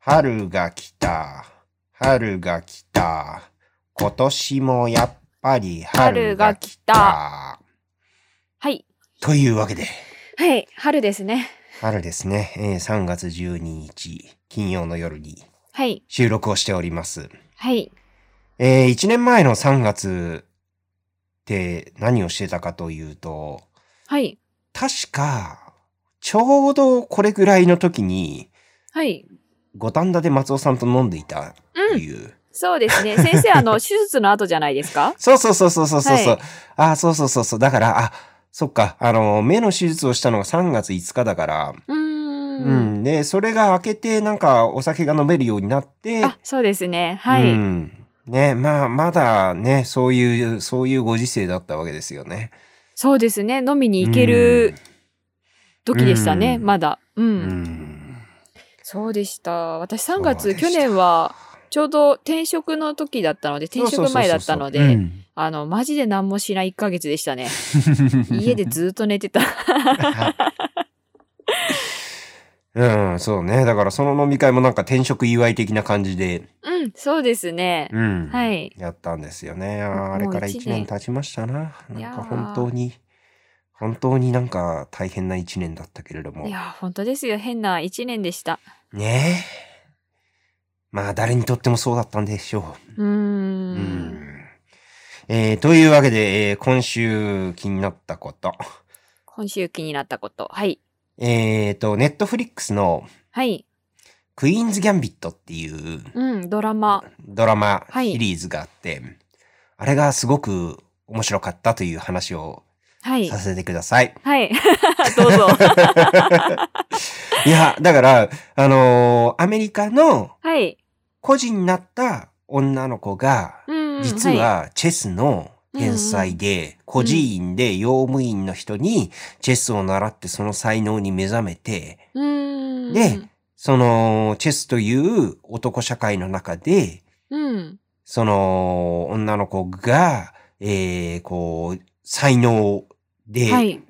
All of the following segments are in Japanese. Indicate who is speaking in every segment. Speaker 1: 春が来た、春が来た。今年もやっぱり春が来た。
Speaker 2: 春はい。
Speaker 1: というわけで、
Speaker 2: はい。春ですね。
Speaker 1: 春ですね、えー3月12日、金曜の夜に
Speaker 2: はい。
Speaker 1: 収録をしております。
Speaker 2: はい。
Speaker 1: え1年前の3月って何をしてたかというと、
Speaker 2: はい。
Speaker 1: 確か、ちょうどこれぐらいの時に、
Speaker 2: はい。
Speaker 1: 五反田で松尾さんと飲んでいたって
Speaker 2: うん。
Speaker 1: いう、
Speaker 2: そうです ね。先生、あの、手術の後じゃないですか
Speaker 1: そうそうそうそうそうそう。
Speaker 2: はい
Speaker 1: ああ、そうそうそうそう。だから、あ、そっか。あの、目の手術をしたのが3月5日だから。
Speaker 2: うー,、
Speaker 1: うんん。で、それが明けて、なんか、お酒が飲めるようになって。
Speaker 2: あ、そうですね。はい。
Speaker 1: うん。ね、まあ、まだね、そういう、そういうご時世だったわけですよね。
Speaker 2: そうですね。飲みに行ける時でしたね。
Speaker 1: うん
Speaker 2: まだ。うん。
Speaker 1: うん。うん。
Speaker 2: そうでした。私3
Speaker 1: そう
Speaker 2: 月、
Speaker 1: でした
Speaker 2: 去年は、ちょうど転職の時だったので、転職前だったの
Speaker 1: そうそうそうそうう
Speaker 2: で、
Speaker 1: ん
Speaker 2: あの、マジで何もしない1ヶ月でし たね。家でずっと寝てた。
Speaker 1: うん、 そうね。だから、その飲み会もなんか転職祝い的な感じで。
Speaker 2: うん、そうですね。
Speaker 1: うん、
Speaker 2: はい
Speaker 1: やったんですよね。
Speaker 2: もう
Speaker 1: ああれから
Speaker 2: 一
Speaker 1: 1
Speaker 2: 年
Speaker 1: 年経ちましたな。
Speaker 2: い
Speaker 1: な
Speaker 2: や
Speaker 1: ん
Speaker 2: ー
Speaker 1: か本当に、本当になんか大変な1年だったけれども
Speaker 2: い。やー、本当ですよ。変な一年でした。
Speaker 1: ねえ。まあ誰にとってもそうだったんでしょ
Speaker 2: うー。
Speaker 1: う。うんん。えーというわけで、えー今週気になったこと。
Speaker 2: 今週気になったこと。はい。
Speaker 1: えーと、ネットフリックスの
Speaker 2: はい。
Speaker 1: クイーンズ・ギャンビットっていう
Speaker 2: うん、ドラマ。
Speaker 1: ドラマ
Speaker 2: はい
Speaker 1: シリーズがあって、あれがすごく面白かったという話を
Speaker 2: はい
Speaker 1: さ。せてください。
Speaker 2: はい。 ど うぞ。
Speaker 1: いや、だから、あのーアメリカの
Speaker 2: はい。
Speaker 1: 孤児になった女の子が、
Speaker 2: うん、うん。
Speaker 1: 実はチェスの天才で、孤児院で用務員の人にチェスを習ってその才能に目覚めて、
Speaker 2: い、うーん。
Speaker 1: で、そのチェスという男社会の中で、
Speaker 2: うん。
Speaker 1: その女の子が、えー、こう、才能で、
Speaker 2: はい。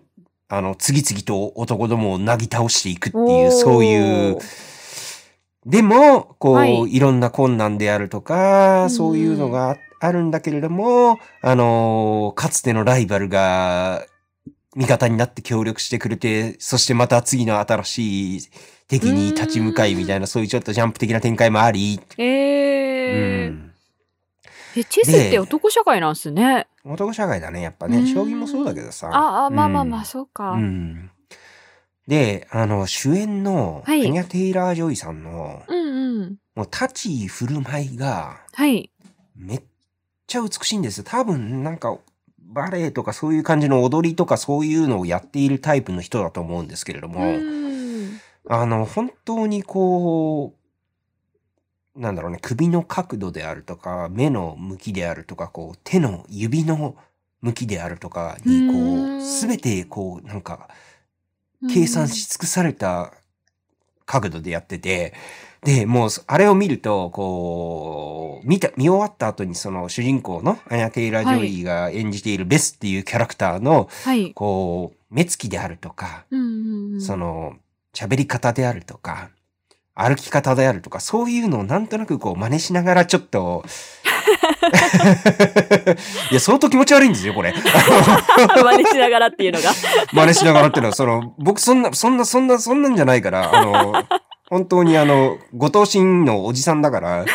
Speaker 1: あの、次々と男どもをなぎ倒していくってい
Speaker 2: お
Speaker 1: う、
Speaker 2: ー
Speaker 1: そういう、でも、こう、、
Speaker 2: はいい
Speaker 1: ろんな困難であると
Speaker 2: うんう
Speaker 1: か、
Speaker 2: ん
Speaker 1: そういうのがああるんだけれども、あのー、かつてのライバルが味方になって協力してくれて、そしてまた次の新しい敵に立ち向かいみたいな、そういうちょっとジャンプ的な展開もあり、
Speaker 2: えー
Speaker 1: うん
Speaker 2: え、チェスって男社会なんすね。
Speaker 1: 男社会だね、やっぱ
Speaker 2: うん
Speaker 1: ね。将棋もそうだけどさ。
Speaker 2: ああ、まあまあま
Speaker 1: う
Speaker 2: あ、
Speaker 1: ん
Speaker 2: そうか。
Speaker 1: うん。で、あの、主演の、
Speaker 2: はい
Speaker 1: アニャ・テイラー・ジョイさんの、
Speaker 2: うんうん。
Speaker 1: もう立ち居振る舞いが、
Speaker 2: はい。
Speaker 1: めっちゃ美しいんですよ。多分、なんか、バレエとかそういう感じの踊りとかそういうのをやっているタイプの人だと思うんですけれど
Speaker 2: う
Speaker 1: も、
Speaker 2: ーん。
Speaker 1: あの、本当にこう、なんだろうね、首の角度であるとか、目の向きであるとか、こう、手の指の向きであるとかに、こ
Speaker 2: う
Speaker 1: う、
Speaker 2: ん
Speaker 1: すべて、こう、なんか、計算し尽くされた角度でやってて、で、もう、あれを見ると、こう、見た、見終わった後に、その主人公のアニャ・テイラー・ジョイが演じているベスっていうキャラクターの、
Speaker 2: うん。はい。
Speaker 1: こう、目つきであるとか、
Speaker 2: うんうんうん。
Speaker 1: その、喋り方であるとか、歩き方であるとか、そういうのをなんとなくこう真似しながらちょっ と、 いや、相当気持ち悪いんですよ、これ。
Speaker 2: 真似しながらっていう のが。
Speaker 1: 真似しながらっていうのは、その、僕そんな、そんな、そんな、そんなんじゃないから、あ の、本当にあの、ご当身のおじさんだ から。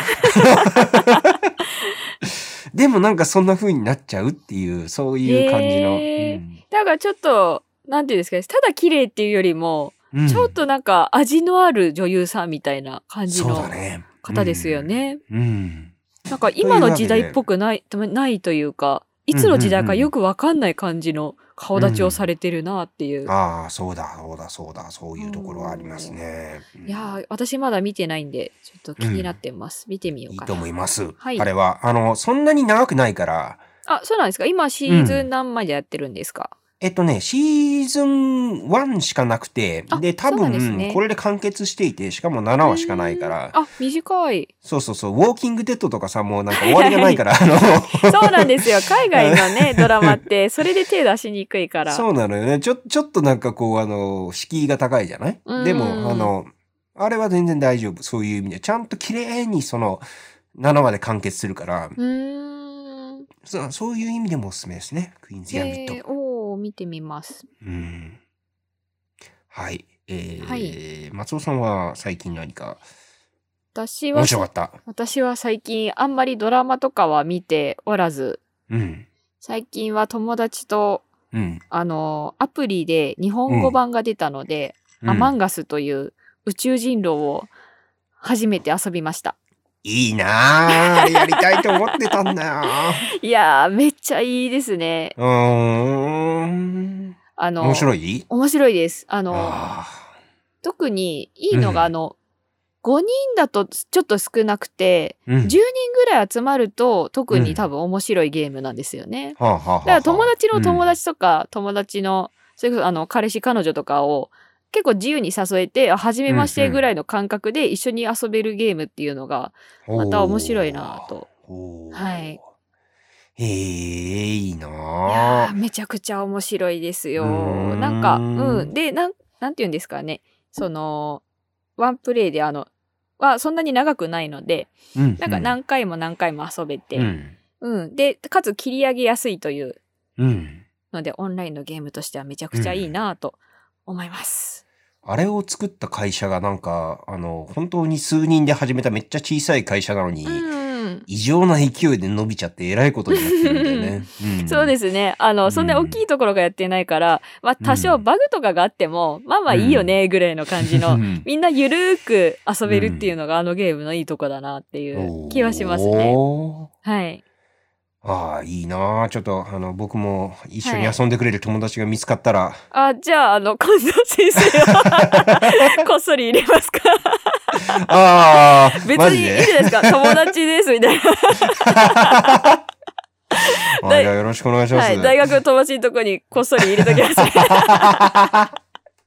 Speaker 1: でもなんかそんな風になっちゃうっていう、そういう感じの。
Speaker 2: へーだからちょっと、なんていうんですかね、ただ綺麗っていうよりも、
Speaker 1: うんうん
Speaker 2: ちょっとなんか味のある女優さんみたいな感じ
Speaker 1: そう
Speaker 2: の
Speaker 1: だね。
Speaker 2: 方ですよね。
Speaker 1: うん。うん。
Speaker 2: なんか今の時代っぽくない、ないというか、いつの時代かよくわかんない感じの顔立ちをされてるなっていう。
Speaker 1: ああ、そうだ、そうだ、そうだ、そういうところはありますね。
Speaker 2: いやー、私まだ見てないんで、ちょっと気になってます。見てみよ
Speaker 1: いうい
Speaker 2: か
Speaker 1: と
Speaker 2: な。
Speaker 1: 思います。
Speaker 2: はい
Speaker 1: あれは、あの、そんなに長くないから、
Speaker 2: あ、そうなんですか今シーズン何までやってるんですか、
Speaker 1: えっとね、シーズン1しかなくて
Speaker 2: あ、
Speaker 1: で、多
Speaker 2: そうな
Speaker 1: 分
Speaker 2: んですね
Speaker 1: これで完結していて、しかも7話しかないから、
Speaker 2: あ、短い。
Speaker 1: そうそうそう、ウォーキングデッドとかさ、もうなんか終わりがないから、あ の、
Speaker 2: そうなんで すよ。海外のね、ドラマって、それで手出しにくいから。
Speaker 1: そうなのよね。ちょ、ちょっとなんかこう、あの、敷居が高いじゃない
Speaker 2: うん
Speaker 1: でも、あの、あれは全然大丈夫。そういう意味で。ちゃんと綺麗にその7話で完結するから、
Speaker 2: うーん。
Speaker 1: そそういう意味でもおすすめですね。クイーンズ・ギャンビット。
Speaker 2: えーおー見てみます。
Speaker 1: うん。はい。えー
Speaker 2: は
Speaker 1: 松尾さんは最近何か
Speaker 2: 私は
Speaker 1: 面、白かった。
Speaker 2: 私は最近あんまりドラマとかは見ておらず、
Speaker 1: うん。
Speaker 2: 最近は友達と、
Speaker 1: うん。
Speaker 2: あの、アプリで日本語版が出たので、アマン
Speaker 1: うん
Speaker 2: ガスという宇宙人狼を初めて遊びました。
Speaker 1: いいなぁ。やりたいと思ってたんだよ。
Speaker 2: いやー、めっちゃいいですね。
Speaker 1: うーん。
Speaker 2: あの、
Speaker 1: 面白い
Speaker 2: 面白いです。あの、
Speaker 1: あ
Speaker 2: 特にいいのが、
Speaker 1: うん
Speaker 2: あの、5人だとちょっと少なくて、
Speaker 1: ーうん
Speaker 2: 10人ぐらい集まると特
Speaker 1: う
Speaker 2: に
Speaker 1: ん
Speaker 2: 多分面白いゲームなんですよね。
Speaker 1: はあはあはあはあ
Speaker 2: だから友達の友達とか、友達の、それこそあの、彼氏彼女とかを結構自由に誘えて、あ初めまし
Speaker 1: うんう
Speaker 2: て
Speaker 1: ん
Speaker 2: ぐらいの感覚で一緒に遊べるゲームっていうのが、
Speaker 1: うん
Speaker 2: また面白いなぁ。と。
Speaker 1: ほう
Speaker 2: はい。
Speaker 1: へえ、いいない
Speaker 2: や
Speaker 1: ぁ
Speaker 2: ー。めちゃくちゃ面白いですよ
Speaker 1: うー。ん
Speaker 2: なんか、うん。で、なん、なんて言うんですかね。その、ワンプレイであの、はそんなに長くないので、
Speaker 1: うん
Speaker 2: なんか何回も何回も遊べて、
Speaker 1: う
Speaker 2: うん、
Speaker 1: ん。
Speaker 2: で、かつ切り上げやすいという
Speaker 1: うん。
Speaker 2: ので、オンラインのゲームとしてはめちゃくちゃいいなと思います。
Speaker 1: あれを作った会社がなんか、あの、本当に数人で始めためっちゃ小さい会社なのに、
Speaker 2: うん。
Speaker 1: 異常な勢いで伸びちゃってえらいことになってるんだよね。 うん
Speaker 2: そうですね。あの、そんな大きいところがやってないから、まあ多少バグとかがあっても、まあまあいいよね、ぐらいの感じの
Speaker 1: う、ん
Speaker 2: みんなゆるーく遊べるっていうのがあのゲームのいいとこだなっていう気はしますね。
Speaker 1: おー
Speaker 2: はい。
Speaker 1: ああ、いいなぁ。ちょっと、あの、僕も一緒に遊んでくれる友達が見つかった ら、
Speaker 2: あ、じゃあ、あの、 近藤先 生をこっそり入れますか
Speaker 1: ああ、
Speaker 2: 別
Speaker 1: マ
Speaker 2: に
Speaker 1: ジ
Speaker 2: いいじゃ
Speaker 1: で
Speaker 2: ないですか。友達です、みたいな。
Speaker 1: はい、じゃあよろしくお願いします。
Speaker 2: はい。大学の友達のとこにこっそり入れときます、 ね。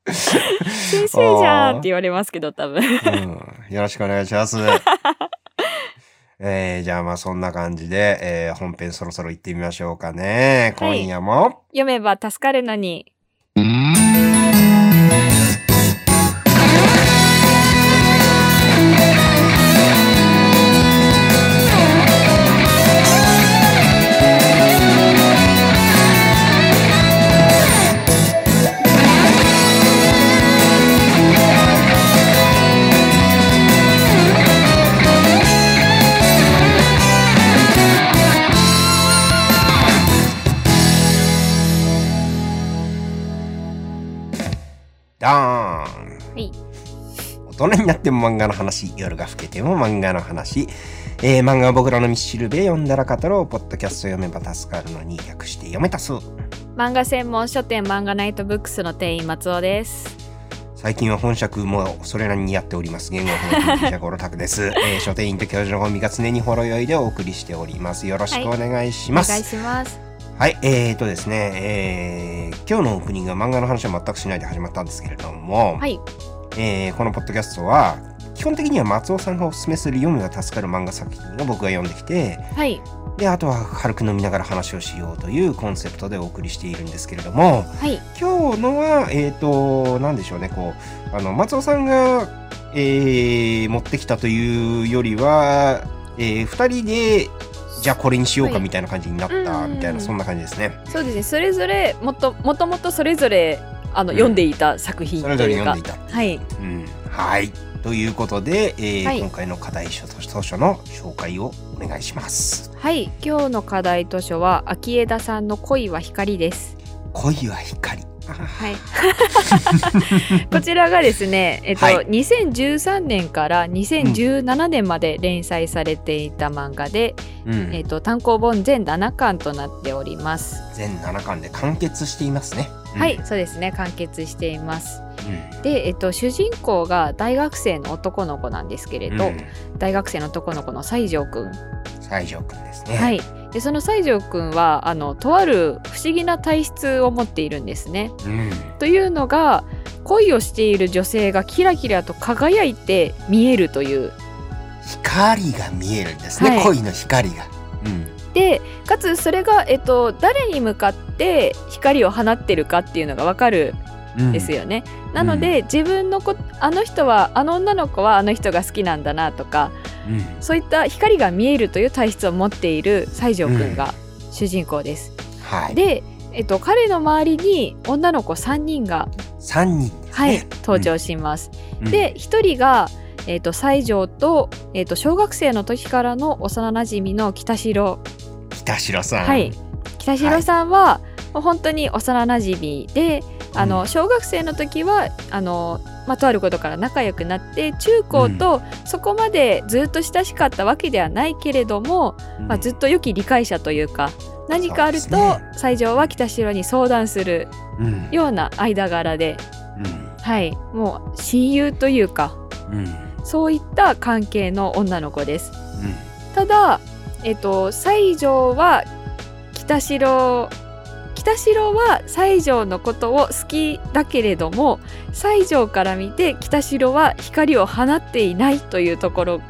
Speaker 2: 先生じゃんって言われますけど、多
Speaker 1: う
Speaker 2: 分。
Speaker 1: ん、よろしくお願いし ます。えー、じゃあまあそんな感じで、えー本編そろそろ行ってみましょうかね。
Speaker 2: はい
Speaker 1: 今夜も。
Speaker 2: 読めば助かるのに。
Speaker 1: ダーン
Speaker 2: はい。
Speaker 1: 大人になっても漫画の話夜が更けても漫画の話、えー漫画は僕らの道しるべ読んだら語ろうポッドキャスト読めば助かるのに訳して読めたそう
Speaker 2: 漫画専門書店漫画ナイトブックスの店員松尾です。
Speaker 1: 最近は本社君もそれなりにやっております言語法の者ゴロタク です、えー書店員と教授の本美が常にほろ酔いでお送りしておりますよろしくお願いし
Speaker 2: お
Speaker 1: ます、
Speaker 2: 願いします。
Speaker 1: はい、えーとですね、えー今日のオープニングは漫画の話は全くしないで始まったんですけれども、
Speaker 2: はい。
Speaker 1: えーこのポッドキャストは、基本的には松尾さんがおすすめする読むが助かる漫画作品を僕が読んできて、
Speaker 2: はい。
Speaker 1: で、あとは軽く飲みながら話をしようというコンセプトでお送りしているんですけれども、
Speaker 2: はい。
Speaker 1: 今日のは、えーと、なんでしょうね、こう、あの、松尾さんが、えー持ってきたというよりは、え2人で、じゃあこれにしようかみたいな感じになった、みたい
Speaker 2: うん
Speaker 1: な、そんな感じですね。
Speaker 2: そうですね。それぞれもっともともとそれぞれあの、
Speaker 1: うん
Speaker 2: 読んでいた作品
Speaker 1: そ
Speaker 2: と
Speaker 1: れぞれ
Speaker 2: いう
Speaker 1: 読
Speaker 2: か
Speaker 1: んで。いた。
Speaker 2: はい。
Speaker 1: うん、はい。ということで、えー
Speaker 2: はい
Speaker 1: 今回の課題書図書の紹介をお願いします。
Speaker 2: はい。今日の課題図書は秋枝さんの恋は光です。
Speaker 1: 恋は光。は
Speaker 2: はい。こちらがですね、えっと、
Speaker 1: はい
Speaker 2: 2013年から2017年まで連載されていた漫画で、
Speaker 1: う
Speaker 2: えっ
Speaker 1: ん、
Speaker 2: と単行本全7巻となっております。
Speaker 1: 全7巻で完結していますね。うん
Speaker 2: はい、。そうですね。完結しています。
Speaker 1: う
Speaker 2: で、えっと、主人公が大学生の男の子なんですけれ
Speaker 1: ん、
Speaker 2: ど、大学生の男の子の西条くん。
Speaker 1: 西条くんですね。
Speaker 2: はい。で、その西条くんは、あの、とある不思議な体質を持っているんですね。
Speaker 1: うん。
Speaker 2: というのが、恋をしている女性がキラキラと輝いて見えるという。
Speaker 1: 光が見えるんですね。
Speaker 2: はい
Speaker 1: 恋の光が。うん。
Speaker 2: で、かつそれが、えっと、誰に向かって光を放ってるかっていうのがわかる
Speaker 1: うん
Speaker 2: ですよね。なので、自分のこあの人はあの女の子はあの人が好きなんだなとか
Speaker 1: うん
Speaker 2: そういった光が見えるという体質を持っている西条くんが主人公です。
Speaker 1: はい。
Speaker 2: で、えっと、彼の周りに女の子3人が、
Speaker 1: 三人ですね。
Speaker 2: はい、登場します。
Speaker 1: うん、
Speaker 2: で1人が、えっと西条と,、えっと小学生の時からの幼なじみの北城
Speaker 1: 北城さん。
Speaker 2: はい。北城さんは、もう本当に幼なじみであの、
Speaker 1: うん
Speaker 2: 小学生の時はあの、まあ、とあることから仲良くなって中高とそこまでずっと親しかったわけではないけれども、まあ、ずっと良き理解者というか何かある
Speaker 1: そ
Speaker 2: と、
Speaker 1: うですね
Speaker 2: 西条は北城に相談する
Speaker 1: うん、
Speaker 2: ような間柄で、はい、もう親友というか
Speaker 1: うん、うん、
Speaker 2: そういった関係の女の子です。
Speaker 1: うん、
Speaker 2: ただ、えっと、西条は北城北城は西条のことを好きだけれども西条から見て北城は光を放っていないというところ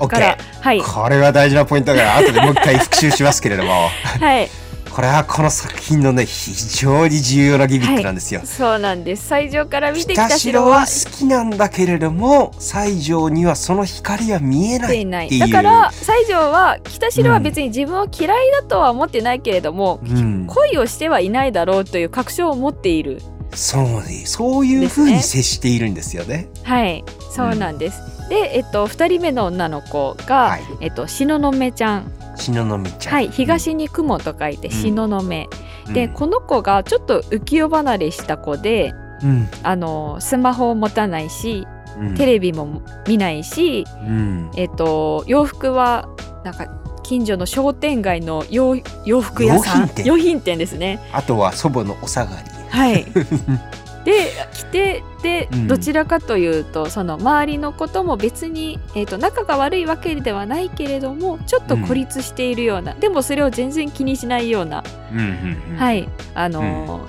Speaker 1: オッケ
Speaker 2: から
Speaker 1: ー。
Speaker 2: はい
Speaker 1: これは大事なポイントだから後でもう一回復習しますけれども
Speaker 2: はい
Speaker 1: これはこの作品のね非常に重要なギミックなんですよ、
Speaker 2: そうなんです西条から見て
Speaker 1: 北城
Speaker 2: 北城
Speaker 1: は
Speaker 2: は
Speaker 1: 好きなんだけれども西条にはその光は見え
Speaker 2: っ
Speaker 1: な
Speaker 2: て
Speaker 1: い
Speaker 2: いない
Speaker 1: っていう
Speaker 2: だから西条は北城は別に自分を嫌いだとは思ってないけれども、
Speaker 1: うん
Speaker 2: 恋をしてはいないだろうという確証を持っている
Speaker 1: そうねそういうふうに接しているんですよね
Speaker 2: はい、そうなんです。で、えっと二人目の女の子が、
Speaker 1: はい
Speaker 2: えっとしののめちゃん、
Speaker 1: 東雲ちゃん
Speaker 2: はい、東に雲と書いて
Speaker 1: うん
Speaker 2: しののめ。
Speaker 1: うん
Speaker 2: で、この子がちょっと浮世離れした子で、
Speaker 1: うん
Speaker 2: あのスマホを持たないし、
Speaker 1: うん
Speaker 2: テレビも見ないし、
Speaker 1: うん
Speaker 2: えっと洋服はなんか。近所の商店街の洋洋服屋さん
Speaker 1: 洋品店
Speaker 2: 店ですね
Speaker 1: あとは祖母のお下がり
Speaker 2: はい で来てで
Speaker 1: うん
Speaker 2: どちらかというとその周りのことも別に、えー、と仲が悪いわけではないけれどもちょっと孤立しているような、でもそれを全然気にしないような、
Speaker 1: うんうんうん
Speaker 2: はいあのー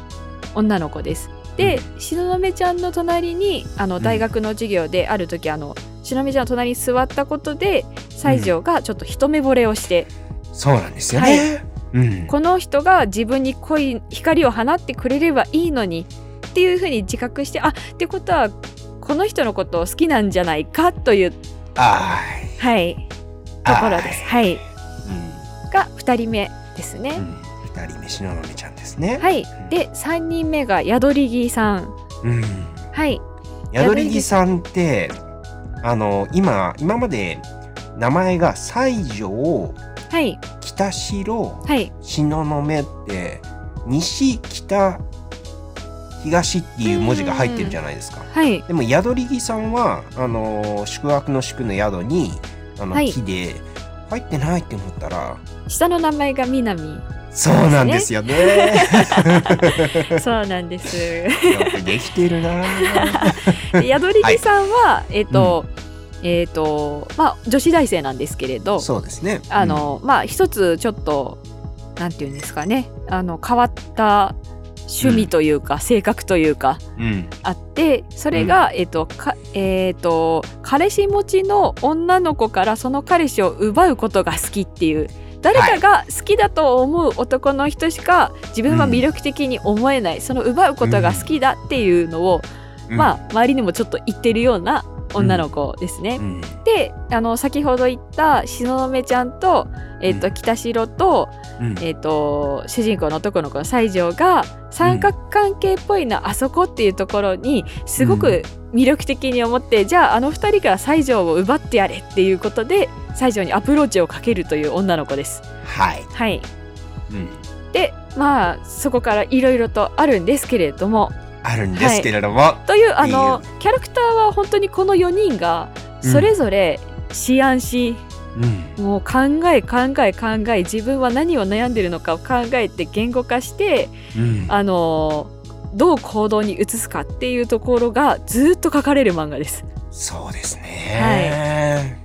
Speaker 2: 女の子です。で東雲ちゃんの隣にあの
Speaker 1: ん
Speaker 2: 大学の授業である時、あの東雲ちゃんの隣に座ったことで西条がちょっと一目惚れをして、
Speaker 1: そうなんですよね、うん
Speaker 2: この人が自分に恋光を放ってくれればいいのにっていうふうに自覚してあってことはこの人のことを好きなんじゃないかという、
Speaker 1: あ
Speaker 2: はい、
Speaker 1: ー
Speaker 2: ところです。はい、
Speaker 1: あ
Speaker 2: が2人目ですね。
Speaker 1: ーうんうん二人目東雲ちゃんですね
Speaker 2: はい、で3人目が宿り木さん。
Speaker 1: うん
Speaker 2: はい、
Speaker 1: 宿り木さんってあの今今まで名前が西条
Speaker 2: はい、
Speaker 1: 北城
Speaker 2: はい、
Speaker 1: 東雲って西北東っていう文字が入ってるじゃないですか。
Speaker 2: はい、
Speaker 1: でも宿り木さんはあの宿泊の宿の宿にあの
Speaker 2: はい
Speaker 1: 木で入ってないって思ったら
Speaker 2: 下の名前が 南。
Speaker 1: そうなんですよね。
Speaker 2: そうなんです。
Speaker 1: よくできてるな。
Speaker 2: 宿り木さんは、えっ、と、えっ、と、まあ女子大生なんですけれど、
Speaker 1: そうですね。
Speaker 2: あの、まあ一つちょっとなんていうんですかねあの変わった趣味というか、性格というか
Speaker 1: うん、うん
Speaker 2: あってそれが、えっ、とかえっ、と彼氏持ちの女の子からその彼氏を奪うことが好きっていう誰かが好きだと思う男の人しか自分は魅力的に思えない、その奪うことが好きだっていうのを、
Speaker 1: うん
Speaker 2: まあ周りにもちょっと言ってるような女の子ですね。
Speaker 1: うん
Speaker 2: であの先ほど言った東雲ちゃんと,、えっ
Speaker 1: う
Speaker 2: と
Speaker 1: ん
Speaker 2: 北城と,、
Speaker 1: うん
Speaker 2: えっと主人公の男の子の西条が三角関係っぽいな、あそこっていうところにすごく魅力的に思って、じゃああの二人から西条を奪ってやれっていうことで西条にアプローチをかけるという女の子です。
Speaker 1: はい。
Speaker 2: はい、
Speaker 1: うん
Speaker 2: でまあそこからいろいろとあるんですけれども
Speaker 1: あるんですけれども、
Speaker 2: というあの
Speaker 1: い
Speaker 2: キャラクターは本当にこの4人がそれぞれ思案し、
Speaker 1: うん
Speaker 2: もう考え考え考え自分は何を悩んでるのかを考えて言語化して、
Speaker 1: うん
Speaker 2: あのーどう行動に移すかっていうところがずっと書かれる漫画です。
Speaker 1: そうですね。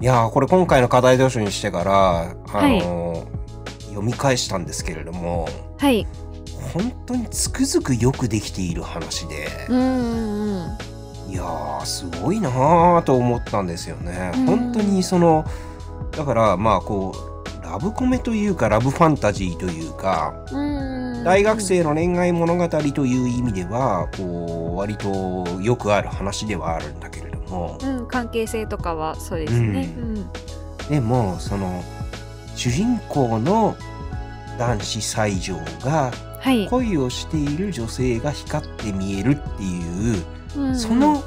Speaker 1: い、やーこれ今回の課題図書にしてから、あのー読み返したんですけれども
Speaker 2: はい、
Speaker 1: 本当につくづくよくできている話で、
Speaker 2: うんうんうん
Speaker 1: いやーすごいなーと思ったんですよね。
Speaker 2: うん
Speaker 1: 本当にそのだからまあこうラブコメというかラブファンタジーというか
Speaker 2: うんうん
Speaker 1: 大学生の恋愛物語という意味ではこう割とよくある話ではあるんだけれども
Speaker 2: うん、関係性とかはそうですね。
Speaker 1: う
Speaker 2: うんん、
Speaker 1: でもその主人公の男子西条が
Speaker 2: はい。
Speaker 1: 恋をしている女性が光って見えるっていう
Speaker 2: うん
Speaker 1: その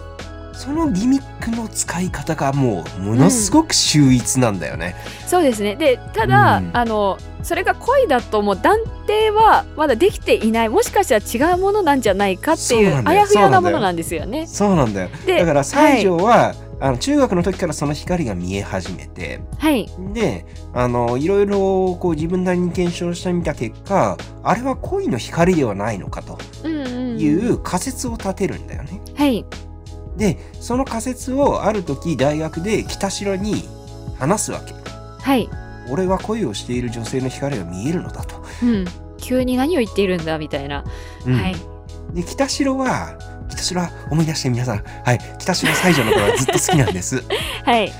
Speaker 1: そのギミックの使い方がもうものすごく秀逸なんだよね。
Speaker 2: そうですね。で、ただ、
Speaker 1: うん
Speaker 2: あのそれが恋だともう断定はまだできていない。もしかしたら違うものなんじゃないかってい
Speaker 1: そう
Speaker 2: う
Speaker 1: なんだ
Speaker 2: あ
Speaker 1: よ
Speaker 2: やふやな
Speaker 1: そ
Speaker 2: も
Speaker 1: うなんだよ
Speaker 2: のなんですよね。
Speaker 1: そうなんだよ
Speaker 2: で、
Speaker 1: だから
Speaker 2: は
Speaker 1: 西
Speaker 2: い
Speaker 1: 条は、あの中学の時からその光が見え始めて
Speaker 2: はい。
Speaker 1: であのいろいろこう自分なりに検証してみた結果あれは恋の光ではないのかと
Speaker 2: うんうんうん。
Speaker 1: いう仮説を立てるんだよね。
Speaker 2: はい。
Speaker 1: でその仮説をある時大学で北城に話すわけ。
Speaker 2: はい。
Speaker 1: 俺は恋をしている女性の光が見えるのだと。
Speaker 2: うん。急に何を言っているんだみたいな。
Speaker 1: うん
Speaker 2: はい。
Speaker 1: で北城は北城は思い出して皆さん、はい、北城西条のことはずっと好きなん です。
Speaker 2: はい。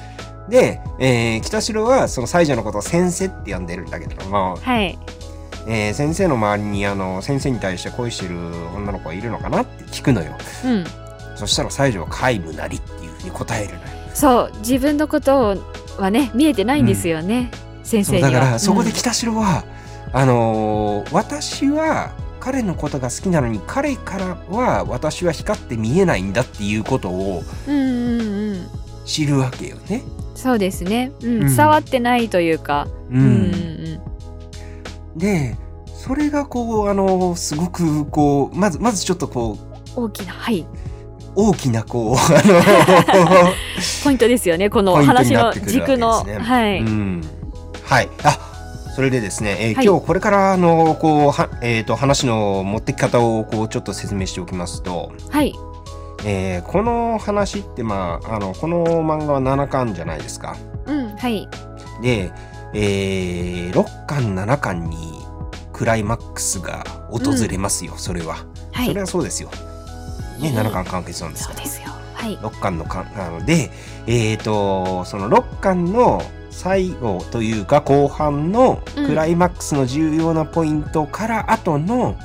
Speaker 1: で、えー北城はその西条のことを先生って呼んでるんだけども、
Speaker 2: はい。
Speaker 1: えー先生の周りにあの先生に対して恋してる女の子はいるのかなって聞くのよ
Speaker 2: うん。
Speaker 1: そしたら西条は皆無なりっていうふうに答えるのよ
Speaker 2: そう、自分のことはね見えてないんですよね。先
Speaker 1: そう
Speaker 2: 生に
Speaker 1: だ
Speaker 2: は。
Speaker 1: からそこで
Speaker 2: うん
Speaker 1: 北城は、あのー私は彼のことが好きなのに彼からは私は光って見えないんだっていうことを
Speaker 2: うんうんうん。
Speaker 1: 知るわけよね。
Speaker 2: そうですね、うん
Speaker 1: うん
Speaker 2: 伝わってないというか、
Speaker 1: う
Speaker 2: うん
Speaker 1: ん
Speaker 2: うん
Speaker 1: でそれがこうあのーすごくこうまずまずちょっとこう
Speaker 2: うん、大きなはい
Speaker 1: 大きなこう あの
Speaker 2: ポイントですよねこの
Speaker 1: ポイントに
Speaker 2: 話
Speaker 1: なっ
Speaker 2: の
Speaker 1: てくるわけ
Speaker 2: 軸の、
Speaker 1: ですね
Speaker 2: はい、
Speaker 1: うん、はい。あ、それでですね、えー
Speaker 2: はい
Speaker 1: 今日これからあのこうはえっ、と話の持ってき方をこうちょっと説明しておきますと、
Speaker 2: はい、
Speaker 1: えーこの話ってまああのこの漫画は7巻じゃないですか。
Speaker 2: うん、はい、
Speaker 1: で、え6巻7巻にクライマックスが訪れますよ。それは、
Speaker 2: は
Speaker 1: そ
Speaker 2: い
Speaker 1: れ、はそうですよ。ね、
Speaker 2: うん
Speaker 1: 7巻完結なんです
Speaker 2: そ
Speaker 1: か
Speaker 2: う
Speaker 1: ら。
Speaker 2: ですよ、はい、
Speaker 1: 6巻の巻なので、えー、とその6巻の最後というか後半の
Speaker 2: うん
Speaker 1: クライマックスの重要なポイントから後の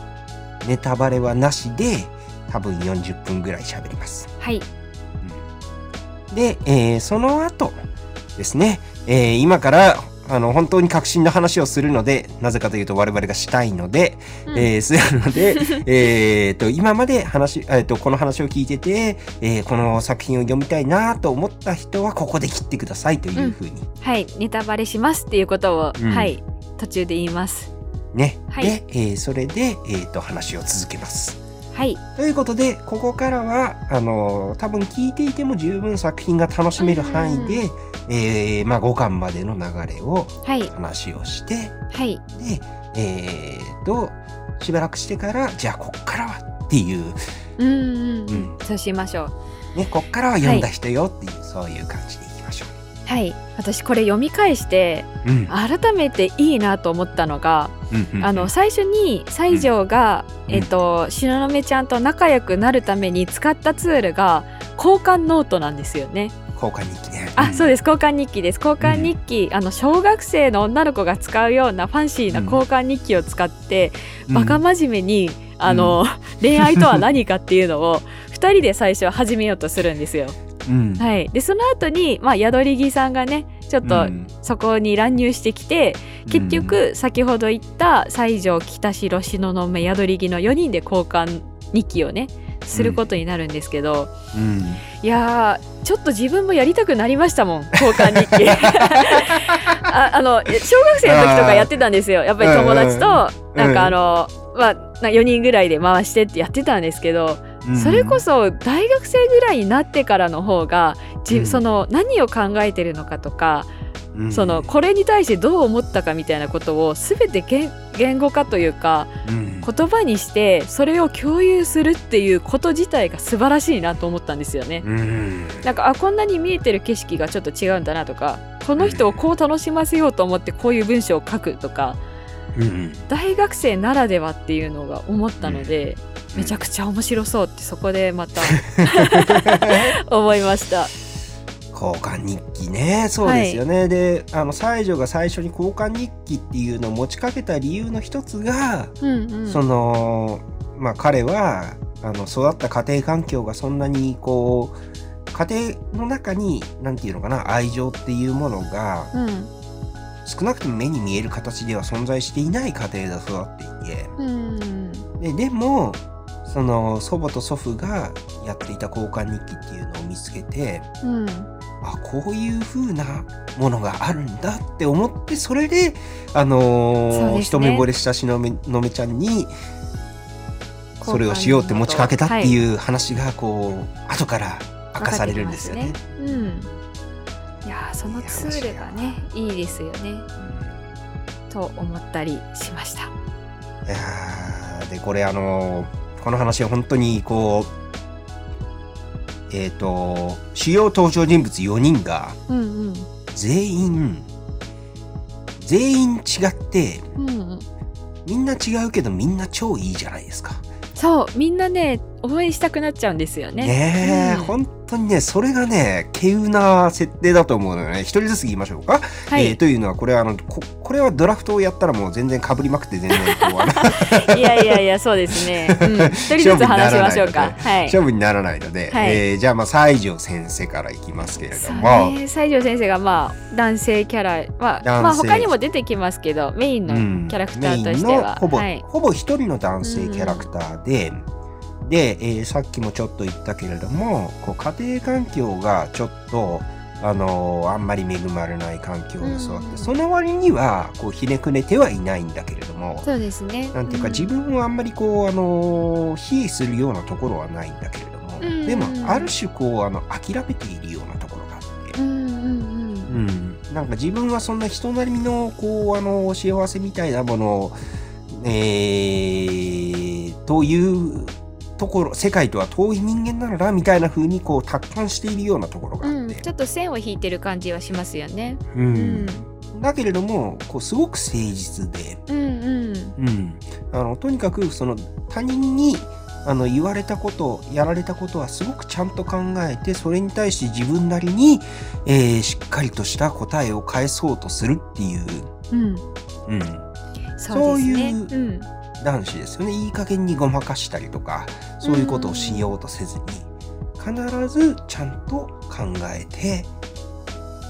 Speaker 1: ネタバレはなしで多分40分ぐらい喋ります。
Speaker 2: はい、
Speaker 1: で、えーその後ですね、えー今からあの本当に革新の話をするのでなぜかというと我々がしたいので、
Speaker 2: うん
Speaker 1: えーするの で、えーと、今まで話、えーと、この話を聞いてて、えーこの作品を読みたいなと思った人は、ここで切ってくださいというふうに、
Speaker 2: はい、ネタバレしますっていうことを、
Speaker 1: うん
Speaker 2: はい、途中で言います。
Speaker 1: ね。
Speaker 2: はい
Speaker 1: で、えーそれで、えーと、話を続けます。
Speaker 2: はい、
Speaker 1: ということで、ここからは、あのー多分聞いていても十分作品が楽しめる範囲で、えーまあ、5巻までの流れを
Speaker 2: はい、
Speaker 1: 話をして、
Speaker 2: はい、
Speaker 1: で、えーと、しばらくしてから、じゃあ、こっからはっていう、
Speaker 2: うん、うん、う
Speaker 1: うん
Speaker 2: ん、そうしましょう。
Speaker 1: ね、こっからは読んだ人よっていう、そういう感じでいきましょう。
Speaker 2: はい、私これ読み返して、
Speaker 1: うん
Speaker 2: 改めていいなと思ったのが、あの最初に西条が、
Speaker 1: うん
Speaker 2: えっと東雲ちゃんと仲良くなるために使ったツールが交換ノートなんですよね。
Speaker 1: 交換日記ね。。
Speaker 2: あ、そうですす交換日記です交換日記、あの小学生の女の子が使うようなファンシーな交換日記を使って、バカ真面目にあの、恋愛とは何かっていうのを二人で最初は始めようとするんですよ。
Speaker 1: うん。
Speaker 2: はい、でその後にまあ宿り木さんがねちょっと
Speaker 1: うん
Speaker 2: そこに乱入してきて、結、局先ほど言った西条北城東雲宿り木の4人で交換日記をねすることになるんですけど、
Speaker 1: うん
Speaker 2: いやーちょっと自分もやりたくなりまし たもん交換日記 ああのえ小学生の時とかやってたんですよやっぱり友達と
Speaker 1: ん
Speaker 2: なんかあの、まあな4人ぐらいで回してってやってたんですけど、
Speaker 1: うん
Speaker 2: それこそ大学生ぐらいになってからの方がじ、
Speaker 1: うん
Speaker 2: その何を考えてるのかとか
Speaker 1: うん
Speaker 2: そのこれに対してどう思ったかみたいなことを全て言言語化というか
Speaker 1: うん
Speaker 2: 言葉にしてそれを共有するっていうこと自体が素晴らしいなと思ったんですよね。
Speaker 1: うん
Speaker 2: なんかあこんなに見えてる景色がちょっと違うんだなとかこの人をこう楽しませようと思ってこういう文章を書くとか
Speaker 1: うん
Speaker 2: 大学生ならではっていうのが思ったのでめちゃく ちゃ面白そうってそこでまた思いました。
Speaker 1: 交換日記ねそうですよね、であの西条が最初に交換日記っていうのを持ちかけた理由の一つが、
Speaker 2: うんうん
Speaker 1: そのまあ彼はあの育った家庭環境がそんなにこう家庭の中に何て言うのかな愛情っていうものが
Speaker 2: うん
Speaker 1: 少なくとも目に見える形では存在していない家庭で育っていて
Speaker 2: うん
Speaker 1: ででもその祖母と祖父がやっていた交換日記っていうのを見つけて
Speaker 2: うん
Speaker 1: あこういう風なものがあるんだって思ってそれで、あのー
Speaker 2: そうですね
Speaker 1: 一目惚れしたしのめのめちゃんにそれをしようって持ちかけたって
Speaker 2: う
Speaker 1: いう話がこう、後から明かされるんですよね。
Speaker 2: うんいやーそのツールがねいいですよねと思ったりしました
Speaker 1: いやーでこれあのーこの話は本当にこうえっ、と主要登場人物4人が
Speaker 2: うんうん
Speaker 1: 全員全員違って
Speaker 2: うんうん
Speaker 1: みんな違うけどみんな超いいじゃないですか。
Speaker 2: そうみんなね応援したくなっちゃうんですよね
Speaker 1: ねえ、
Speaker 2: うん
Speaker 1: 本当にね、それがね、稀有な設定だと思うのよね。一人ずつ言いましょうか。
Speaker 2: はい、
Speaker 1: えーというのは、これはあのこ、これはドラフトをやったらもう全然被りまくって全然こうあの
Speaker 2: いやいやいやそうですね、 うん、一人ずつ話しましょうかはい
Speaker 1: 勝負にならないので、
Speaker 2: はい
Speaker 1: えーじゃあ、まあ、西条先生からいきますけれど
Speaker 2: そう
Speaker 1: も、
Speaker 2: ね、西条先生がまあ男性キャラ、まあ、まあ
Speaker 1: 男性
Speaker 2: 他にも出てきますけどメインの
Speaker 1: うん
Speaker 2: キャラクターとして
Speaker 1: メインの
Speaker 2: は、
Speaker 1: ほぼ、
Speaker 2: はい、
Speaker 1: ほぼ一人の男性キャラクターで、で、えーさっきもちょっと言ったけれども、こう家庭環境がちょっと、あのーあんまり恵まれない環境で育って、
Speaker 2: うん
Speaker 1: その割にはこうひねくねてはいないんだけれども、
Speaker 2: そうですね
Speaker 1: なんていうか、
Speaker 2: ん
Speaker 1: 自分をあんまりこう、あのー非するようなところはないんだけれども、
Speaker 2: うん
Speaker 1: でもある種こうあの諦めているようなところがあって、
Speaker 2: うんうんうん
Speaker 1: うん、なんか自分はそんな人なりのこうあの幸せみたいなものを、えー、というところ世界とは遠い人間なのだみたいな風にこう達観しているようなところがあ
Speaker 2: う
Speaker 1: っ
Speaker 2: ん、
Speaker 1: て
Speaker 2: ち、ょっと線を引いてる感じはしますよね。
Speaker 1: う
Speaker 2: うんん、
Speaker 1: だけれどもこうすごく誠実で、
Speaker 2: うん、う
Speaker 1: う
Speaker 2: ん、
Speaker 1: ん、あのとにかくその他人にあの言われたことやられたことはすごくちゃんと考えてそれに対して自分なりに、えーしっかりとした答えを返そうとするっていう、
Speaker 2: うん、
Speaker 1: うん、
Speaker 2: そうですね。
Speaker 1: そう
Speaker 2: うん、
Speaker 1: 男子ですよねいい加減にごまかしたりとかそういうことをしようとせずに必ずちゃんと考えて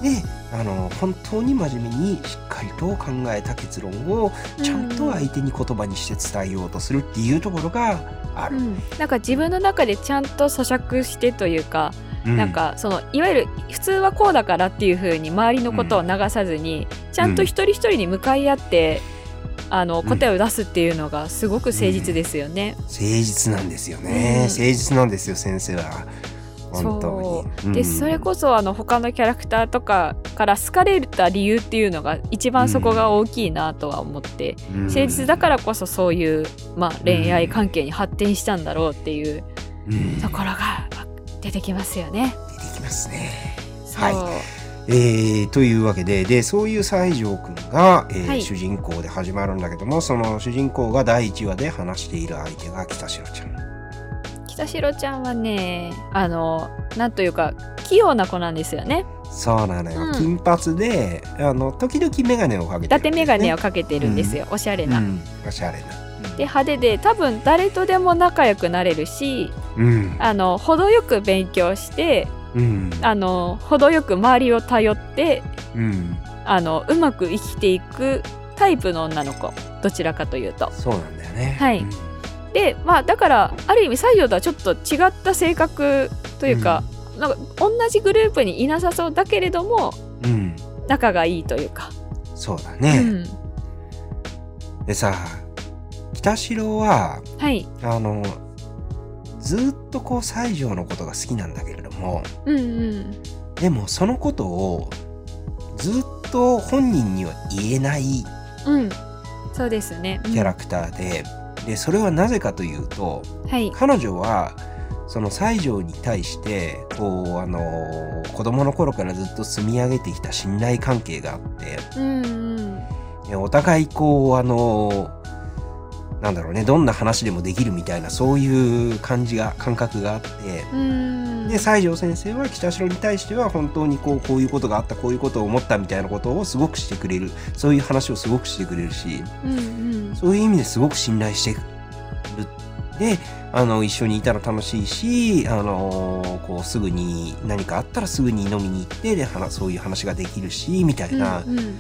Speaker 1: であの本当に真面目にしっかりと考えた結論をちゃんと相手に言葉にして伝えようとするっていうところがあ
Speaker 2: う
Speaker 1: る。
Speaker 2: ん、なんか自分の中でちゃんと咀嚼してというか、
Speaker 1: う
Speaker 2: なんかそのいわゆる普通はこうだからっていう風に周りのことを流さずに、ちゃんと一人一人に向かい合って。あ
Speaker 1: ん
Speaker 2: の答えを出すっていうのがすごく誠実ですよね。
Speaker 1: 誠実なんですよね、
Speaker 2: うん
Speaker 1: 誠実なんですよ先生は本当に。うん
Speaker 2: でそれこそあの他のキャラクターとかから好かれた理由っていうのが一番そこが大きいなとは思って、
Speaker 1: うん
Speaker 2: 誠実だからこそそういう、まあ、恋愛関係に発展したんだろうっていう
Speaker 1: うん出
Speaker 2: と
Speaker 1: て
Speaker 2: ころが出てきますよね。
Speaker 1: きますね。
Speaker 2: そう
Speaker 1: はいえーというわけででそういう西条くんが、えー
Speaker 2: はい
Speaker 1: 主人公で始まるんだけどもその主人公が第1話で話している相手が北城ちゃん。
Speaker 2: 北城ちゃんはねあのなんというか器用な子なんですよね。
Speaker 1: そうなのよ、
Speaker 2: うん
Speaker 1: 金髪であの時々眼鏡をかけ
Speaker 2: 伊
Speaker 1: てるんですね、
Speaker 2: 達眼鏡をかけてるんですよ、おしゃれな。
Speaker 1: うん、おしゃれな。
Speaker 2: で派手で多分誰とでも仲良くなれるし
Speaker 1: うん
Speaker 2: あの程よく勉強して
Speaker 1: うん
Speaker 2: あの程よく周りを頼って
Speaker 1: うん、
Speaker 2: あのうまく生きていくタイプの女の子どちらかというと。
Speaker 1: そうなんだよね。
Speaker 2: はい
Speaker 1: うん
Speaker 2: でまあだからある意味西条とはちょっと違った性格というか、なんか同じグループにいなさそうだけれども
Speaker 1: うん
Speaker 2: 仲がいいというか、
Speaker 1: そうだ
Speaker 2: う
Speaker 1: ね。
Speaker 2: ん、
Speaker 1: でさ北城は
Speaker 2: はい、
Speaker 1: あのずーっとこう西条のことが好きなんだけれども。
Speaker 2: うんうん、
Speaker 1: でもそのことをずっと本人には言えない
Speaker 2: うん、そうですね。うん
Speaker 1: キャラクターで,、でそれはなぜかというと
Speaker 2: はい、
Speaker 1: 彼女はその西条に対してこう、あの子供の頃からずっと積み上げてきた信頼関係があって
Speaker 2: うんうん、
Speaker 1: でお互いこう、あのなんだろうねどんな話でもできるみたいなそういう感じが感覚があって
Speaker 2: うん
Speaker 1: で西条先生は北城に対しては本当にこうこういうことがあったこういうことを思ったみたいなことをすごくしてくれるそういう話をすごくしてくれるし
Speaker 2: うんうん
Speaker 1: そういう意味ですごく信頼してるであの一緒にいたら楽しいしあのこうすぐに何かあったらすぐに飲みに行ってで話そういう話ができるしみたいな、
Speaker 2: うんうん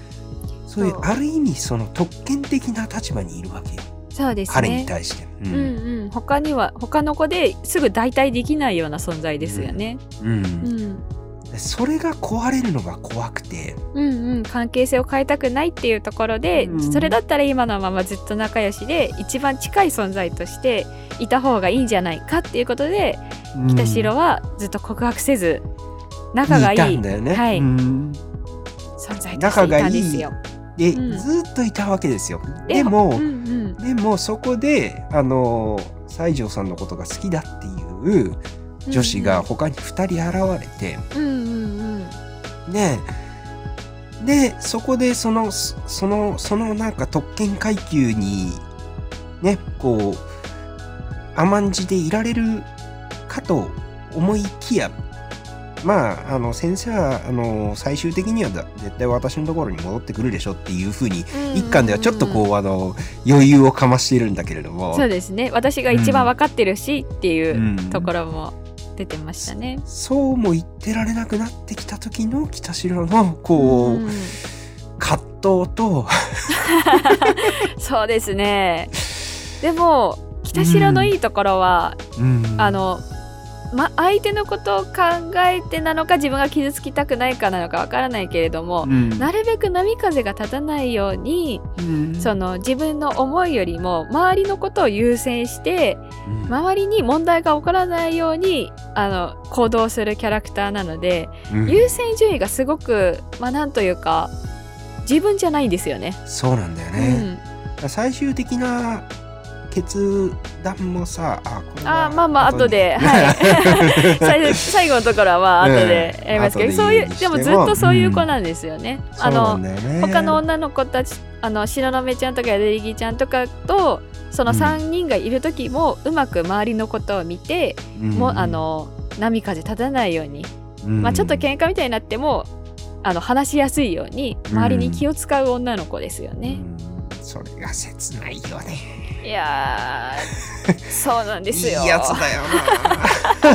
Speaker 1: そういう
Speaker 2: そう
Speaker 1: ある意味その特権的な立場にいるわけよ
Speaker 2: そうですね
Speaker 1: 彼に対して。う
Speaker 2: うん
Speaker 1: ん
Speaker 2: うん他には他の子ですぐ代替できないような存在ですよね、
Speaker 1: うん
Speaker 2: うん、
Speaker 1: でそれが壊れるのが怖くて、
Speaker 2: うんうん関係性を変えたくないっていうところで、
Speaker 1: うん
Speaker 2: それだったら今のままずっと仲良しで一番近い存在としていた方がいいんじゃないかっていうことで北城はずっと告白せず仲がいい
Speaker 1: たんだよね、
Speaker 2: はい
Speaker 1: うん
Speaker 2: 存在としていたんですよ。
Speaker 1: で、
Speaker 2: うん
Speaker 1: ずっといたわけですよ
Speaker 2: で
Speaker 1: でも、
Speaker 2: うんうん
Speaker 1: でもそこであの西条さんのことが好きだっていう女子が他に2人現れて、
Speaker 2: うんうん
Speaker 1: ねでそこでそのそそのそのなんか特権階級にねこう甘んじていられるかと思いきやまああの先生はあの最終的にはだ絶対私のところに戻ってくるでしょっていうふうに
Speaker 2: うん
Speaker 1: 一巻ではちょっとこ
Speaker 2: んん
Speaker 1: うあの余裕をかましているんだけれども
Speaker 2: そうですね私が一番分かってるしっていううんところも出てましたね。
Speaker 1: そうも言ってられなくなってきた時の北城のこう、
Speaker 2: うん
Speaker 1: 葛藤と
Speaker 2: そうですね。でも北城のいいところは、あの、ま、相手のことを考えてなのか自分が傷つきたくないかなのかわからないけれども、
Speaker 1: うん
Speaker 2: なるべく波風が立たないように、その自分の思いよりも周りのことを優先して
Speaker 1: うん
Speaker 2: 周りに問題が起こらないようにあの行動するキャラクターなので、
Speaker 1: うん
Speaker 2: 優先順位がすごくまあなんというか自分じゃないんですよね。
Speaker 1: そうなんだよね、最終的な決断もさあこ
Speaker 2: う
Speaker 1: れ
Speaker 2: ん、
Speaker 1: は
Speaker 2: あーまあまあ 後で、
Speaker 1: に
Speaker 2: はい、最 後最後のところはまあ後でやりますけど、
Speaker 1: うん
Speaker 2: そうい
Speaker 1: 後でいいに
Speaker 2: う
Speaker 1: して
Speaker 2: で
Speaker 1: も
Speaker 2: もずっとそういう子なんですよね。
Speaker 1: そ
Speaker 2: あ
Speaker 1: うなん
Speaker 2: の、
Speaker 1: だよね
Speaker 2: 他の女の子たちあの東雲ちゃんとかヤデリギちゃんとかとその3人がいる時もうまく周りのことを見て、
Speaker 1: うん
Speaker 2: もうあ、の波風立たないように、
Speaker 1: うん
Speaker 2: まあ、ちょっと喧嘩みたいになってもあの話しやすいように周りに気を使う女の子ですよね。
Speaker 1: うんそれが切ないよね
Speaker 2: いやーそうなんですよ
Speaker 1: いいやつだよ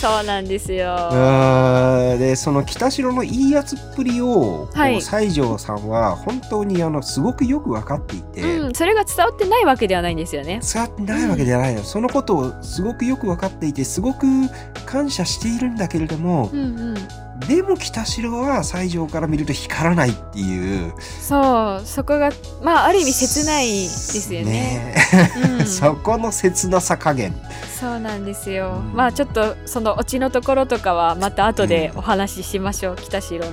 Speaker 2: そうなんですよ。
Speaker 1: なうんでその北城のいいやつっぷりを、こう
Speaker 2: はい
Speaker 1: 西条さんは本当にあのすごくよく分かっていて、
Speaker 2: うん、それが伝わってないわけではないんですよね。
Speaker 1: 使ってないわけじゃないの、そのことをすごくよく分かっていてすごく感謝しているんだけれども、
Speaker 2: うんうん、
Speaker 1: でも北城は西条から見ると光らないっていう
Speaker 2: そうそこがまあある意味切ないですよね。
Speaker 1: ね
Speaker 2: うん、そ
Speaker 1: そこの切なさ加減
Speaker 2: うなんです
Speaker 1: う
Speaker 2: よ。
Speaker 1: ん
Speaker 2: まあちょっとそのオチのところとかはまた後でお話ししましょう、北城の。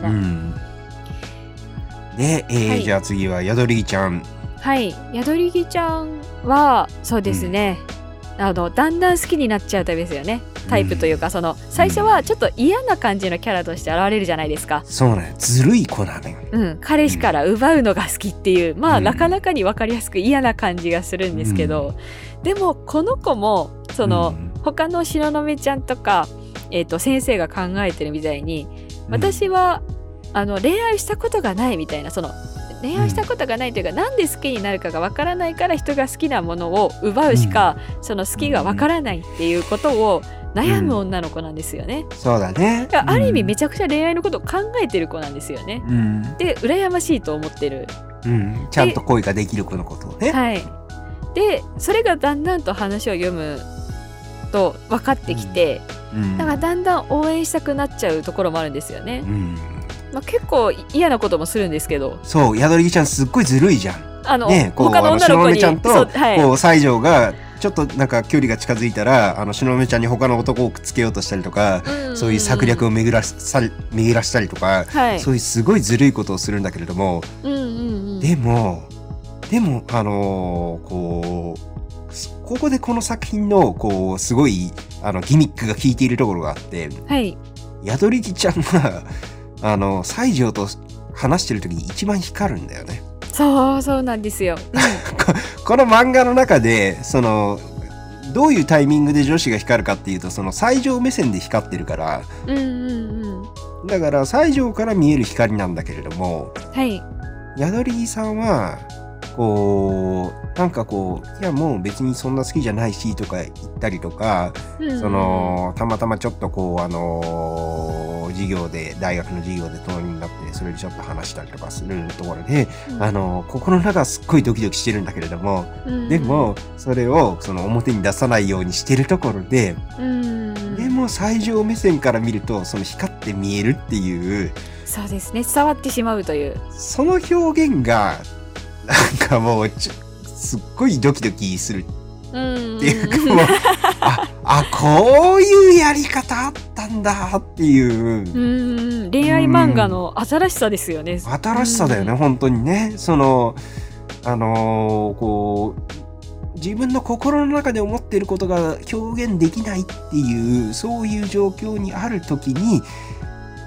Speaker 1: で、えー
Speaker 2: はい
Speaker 1: じゃあ次は宿りちゃん
Speaker 2: はい宿りぎちゃんはそうですね、あのだんだん好きになっちゃうタイプですよねタイプというかその最初はちょっと嫌な感じのキャラとして現れるじゃないですか。
Speaker 1: そうねずるい子なのよ
Speaker 2: うん、彼氏から奪うのが好きっていう、ま
Speaker 1: う
Speaker 2: あ
Speaker 1: ん
Speaker 2: なかなかに分かりやすく嫌な感じがするんですけど、でもこの子もその、他の東雲ちゃんとか、えー、と先生が考えてるみたいに
Speaker 1: うん
Speaker 2: 私は、あの恋愛したことがないみたいなその恋愛したことがないというか、なんで好きになるかが分からないから人が好きなものを奪うしか、その好きが分からないっていうことを悩む女の子なんですよね。
Speaker 1: そうだね
Speaker 2: だからある意味め
Speaker 1: ち
Speaker 2: ちゃくちゃ恋愛のことを考えてる子なんですよね。
Speaker 1: ゃうん、
Speaker 2: で羨ましいと思ってる。
Speaker 1: うん、ちゃんと恋ができる子のことをね、
Speaker 2: はい、でそれがだんだんと話を読むと分かってきて、
Speaker 1: うん
Speaker 2: だからだんだん応援したくなっちゃうところもあるんですよね
Speaker 1: う。ん、
Speaker 2: まあ、結構嫌なこともするんですけど
Speaker 1: そう宿りちゃんすっごいずるいじゃん
Speaker 2: あの、
Speaker 1: ね、こう、
Speaker 2: 他の
Speaker 1: あの、
Speaker 2: 女
Speaker 1: し
Speaker 2: の
Speaker 1: の
Speaker 2: 子
Speaker 1: め
Speaker 2: に
Speaker 1: ちゃんと、
Speaker 2: そうはい
Speaker 1: こう、西条が、ちょっとなんか距離が近づいたら、あの、しのめちゃんに他の男をくっつけようとしたりとか、
Speaker 2: ん
Speaker 1: そういう策略を巡らさ、巡らしたりとか、
Speaker 2: はい
Speaker 1: そういうすごいずるいことをするんだけれども、
Speaker 2: うんうんうん
Speaker 1: でも、でも、あのーこう、すここでこの作品の、こう、すごい、あの、ギミックが効いているところがあって、
Speaker 2: はい
Speaker 1: 宿りきちゃんが、あの、西条と話してる時に一番光るんだよね。
Speaker 2: そうそうなんですよ。
Speaker 1: この漫画の中でそのどういうタイミングで女子が光るかっていうとその最上目線で光ってるから
Speaker 2: うんうんうん。
Speaker 1: だから最上から見える光なんだけれども
Speaker 2: はい。
Speaker 1: 宿りさんはこうなんかこういやもう別にそんな好きじゃないしとか言ったりとか
Speaker 2: うんうん
Speaker 1: そのたまたまちょっとこうあのー授業で大学の授業で隣になってそれでちょっと話したりとかするところで、
Speaker 2: うん
Speaker 1: あのー心の中はすっごいドキドキしてるんだけれども
Speaker 2: うん
Speaker 1: でもそれをその表に出さないようにしてるところで
Speaker 2: うん
Speaker 1: でも最上目線から見るとその光って見えるっていう
Speaker 2: そうですね伝わってしまうという
Speaker 1: その表現がなんかもうちょすっごいドキドキする
Speaker 2: うん
Speaker 1: っていうかもうああこういうやり方あったんだっていう
Speaker 2: うんうん恋愛漫画の新しさですよね
Speaker 1: 新しさだよね、本当にねそのあのーこう自分の心の中で思っていることが表現できないっていうそういう状況にある時に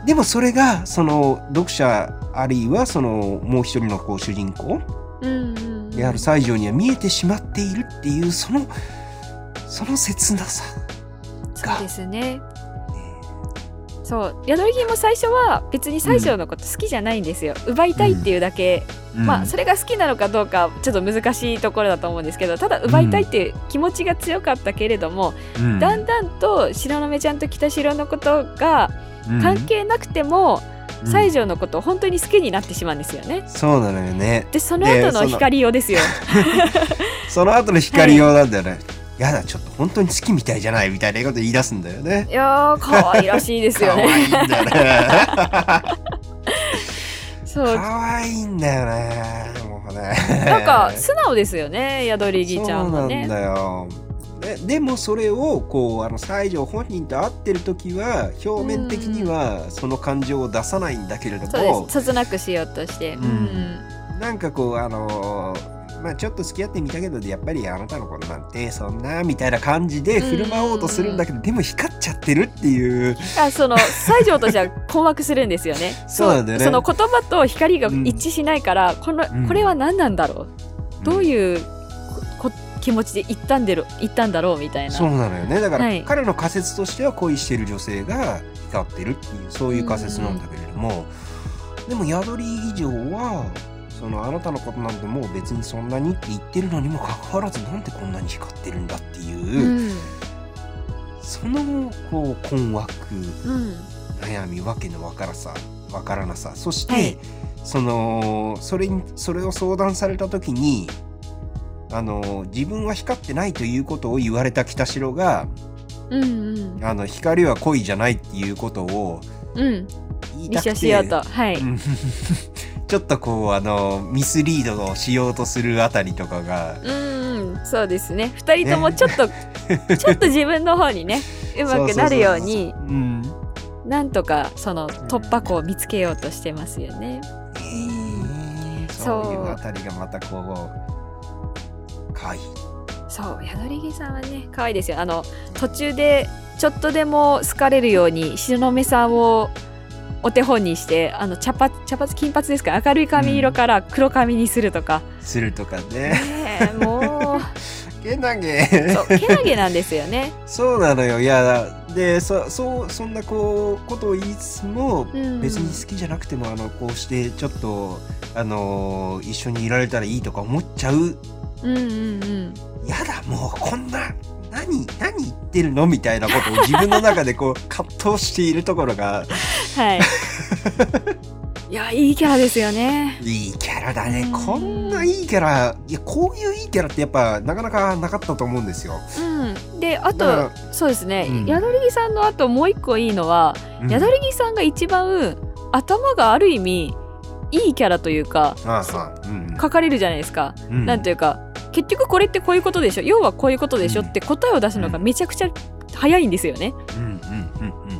Speaker 1: でもそれがその読者あるいはそのもう一人のこう主人公
Speaker 2: うんうん
Speaker 1: である西条には見えてしまっているっていうそのその切なさ、
Speaker 2: そうですね
Speaker 1: ね
Speaker 2: そう宿り木も最初は別に西条のこと好きじゃないんですよ、奪いたいっていうだけ、まあそれが好きなのかどうかちょっと難しいところだと思うんですけどただ奪いたいっていう気持ちが強かったけれども、
Speaker 1: うん
Speaker 2: だんだんと白目ちゃんと北城のことが関係なくても、
Speaker 1: うん
Speaker 2: 西条のことを本当に好きになってしまうんですよね。
Speaker 1: そうなのよね
Speaker 2: でその後の光よですよ。
Speaker 1: その後の光用なんだよね、やだちょっと本当に好きみたいじゃないみたいなこと言い出すんだよね
Speaker 2: いやー可愛らしいです
Speaker 1: 可
Speaker 2: よね。
Speaker 1: 愛いんだよね
Speaker 2: そう
Speaker 1: 可愛いんだよねもうね
Speaker 2: なんか素直ですよね宿り木ちゃんは
Speaker 1: そう
Speaker 2: ね。
Speaker 1: なんだよででもそれをこうあの西条本人と会ってる時は表面的にはその感情を出さないんだけれど
Speaker 2: そうで
Speaker 1: も
Speaker 2: す。さつなくしようとして。
Speaker 1: うんなんかこうあのーまあちょっと付き合ってみたけどやっぱりあなたのことなんてそんなみたいな感じで振る舞おうとするんだけどでも光っちゃってるっていう。
Speaker 2: あその西条としては困惑するんですよね
Speaker 1: そうなんだよね
Speaker 2: その言葉と光が一致しないから、この
Speaker 1: うん
Speaker 2: これは何なんだろう、どう
Speaker 1: う
Speaker 2: いうここ気持ちで言ったんでろ言ったんだろうみたい
Speaker 1: ん
Speaker 2: な。
Speaker 1: そうなのよねだから、
Speaker 2: はい
Speaker 1: 彼の仮説としては恋してる女性が光ってるっていうそういう仮説なんだけれども、でも宿り以上はそのあなたのことなんてもう別にそんなにって言ってるのにもかかわらずなんでこんなに光ってるんだって
Speaker 2: う
Speaker 1: いう、
Speaker 2: ん
Speaker 1: そのこう困惑
Speaker 2: うん
Speaker 1: 悩みわけのわからさわからなさそして、
Speaker 2: はい
Speaker 1: そのそれにそれを相談された時にあの自分は光ってないということを言われた北城が
Speaker 2: うんうん
Speaker 1: あの光は恋じゃないっていうことを
Speaker 2: うん。
Speaker 1: 言い
Speaker 2: 立
Speaker 1: た
Speaker 2: 証
Speaker 1: く
Speaker 2: しよ
Speaker 1: て
Speaker 2: うと。はい。
Speaker 1: うん ちょっとこうあのミスリードをしようとするあたりとかが
Speaker 2: うんうん、そうですね。二人ともちょっ と、ちょっと自分の方にね、うまくなるように、
Speaker 1: うん
Speaker 2: なんとかその突破口を見つけようとしてますよね。
Speaker 1: えー
Speaker 2: そう
Speaker 1: そういうあたりがまたこう可愛い
Speaker 2: そう、宿り木さんはね、可愛いですよ。あの途中でちょっとでも好かれるように東雲さんをお手本にして、あの茶髪茶髪金髪ですから明るい髪色から黒髪にするとか、
Speaker 1: するとかね。
Speaker 2: ねえも
Speaker 1: けなげ
Speaker 2: うそうけなげなんですよね。
Speaker 1: そうなのよいやでそそうそんなこうことを言いつつも
Speaker 2: うん、
Speaker 1: 別に好きじゃなくてもあのこうしてちょっとあのー一緒にいられたらいいとか思っちゃう
Speaker 2: うんうんうん。
Speaker 1: やだもうこんな何何言ってるのみたいなことを自分の中でこう葛藤しているところ が
Speaker 2: はい。いや、いいキャラですよね。
Speaker 1: いいキャラだね
Speaker 2: うん
Speaker 1: こんないいキャラいやこういういいキャラってやっぱなかなかなかったと思うんですよ。
Speaker 2: うん。で、
Speaker 1: だ
Speaker 2: あと
Speaker 1: か、
Speaker 2: そうですね、
Speaker 1: うん
Speaker 2: 宿り木さんの後もう一個いいのは、
Speaker 1: らうん
Speaker 2: 宿り木さんが一番頭がある意味、いいキャラというか、
Speaker 1: ああそううん
Speaker 2: 書かれるじゃないですか。
Speaker 1: うん
Speaker 2: なんというか、結局これってこういうことでしょ、要はこういうことでしょ
Speaker 1: うん
Speaker 2: って答えを出すのがめちゃくちゃ早いんですよね。
Speaker 1: うんうんうんうんうんうん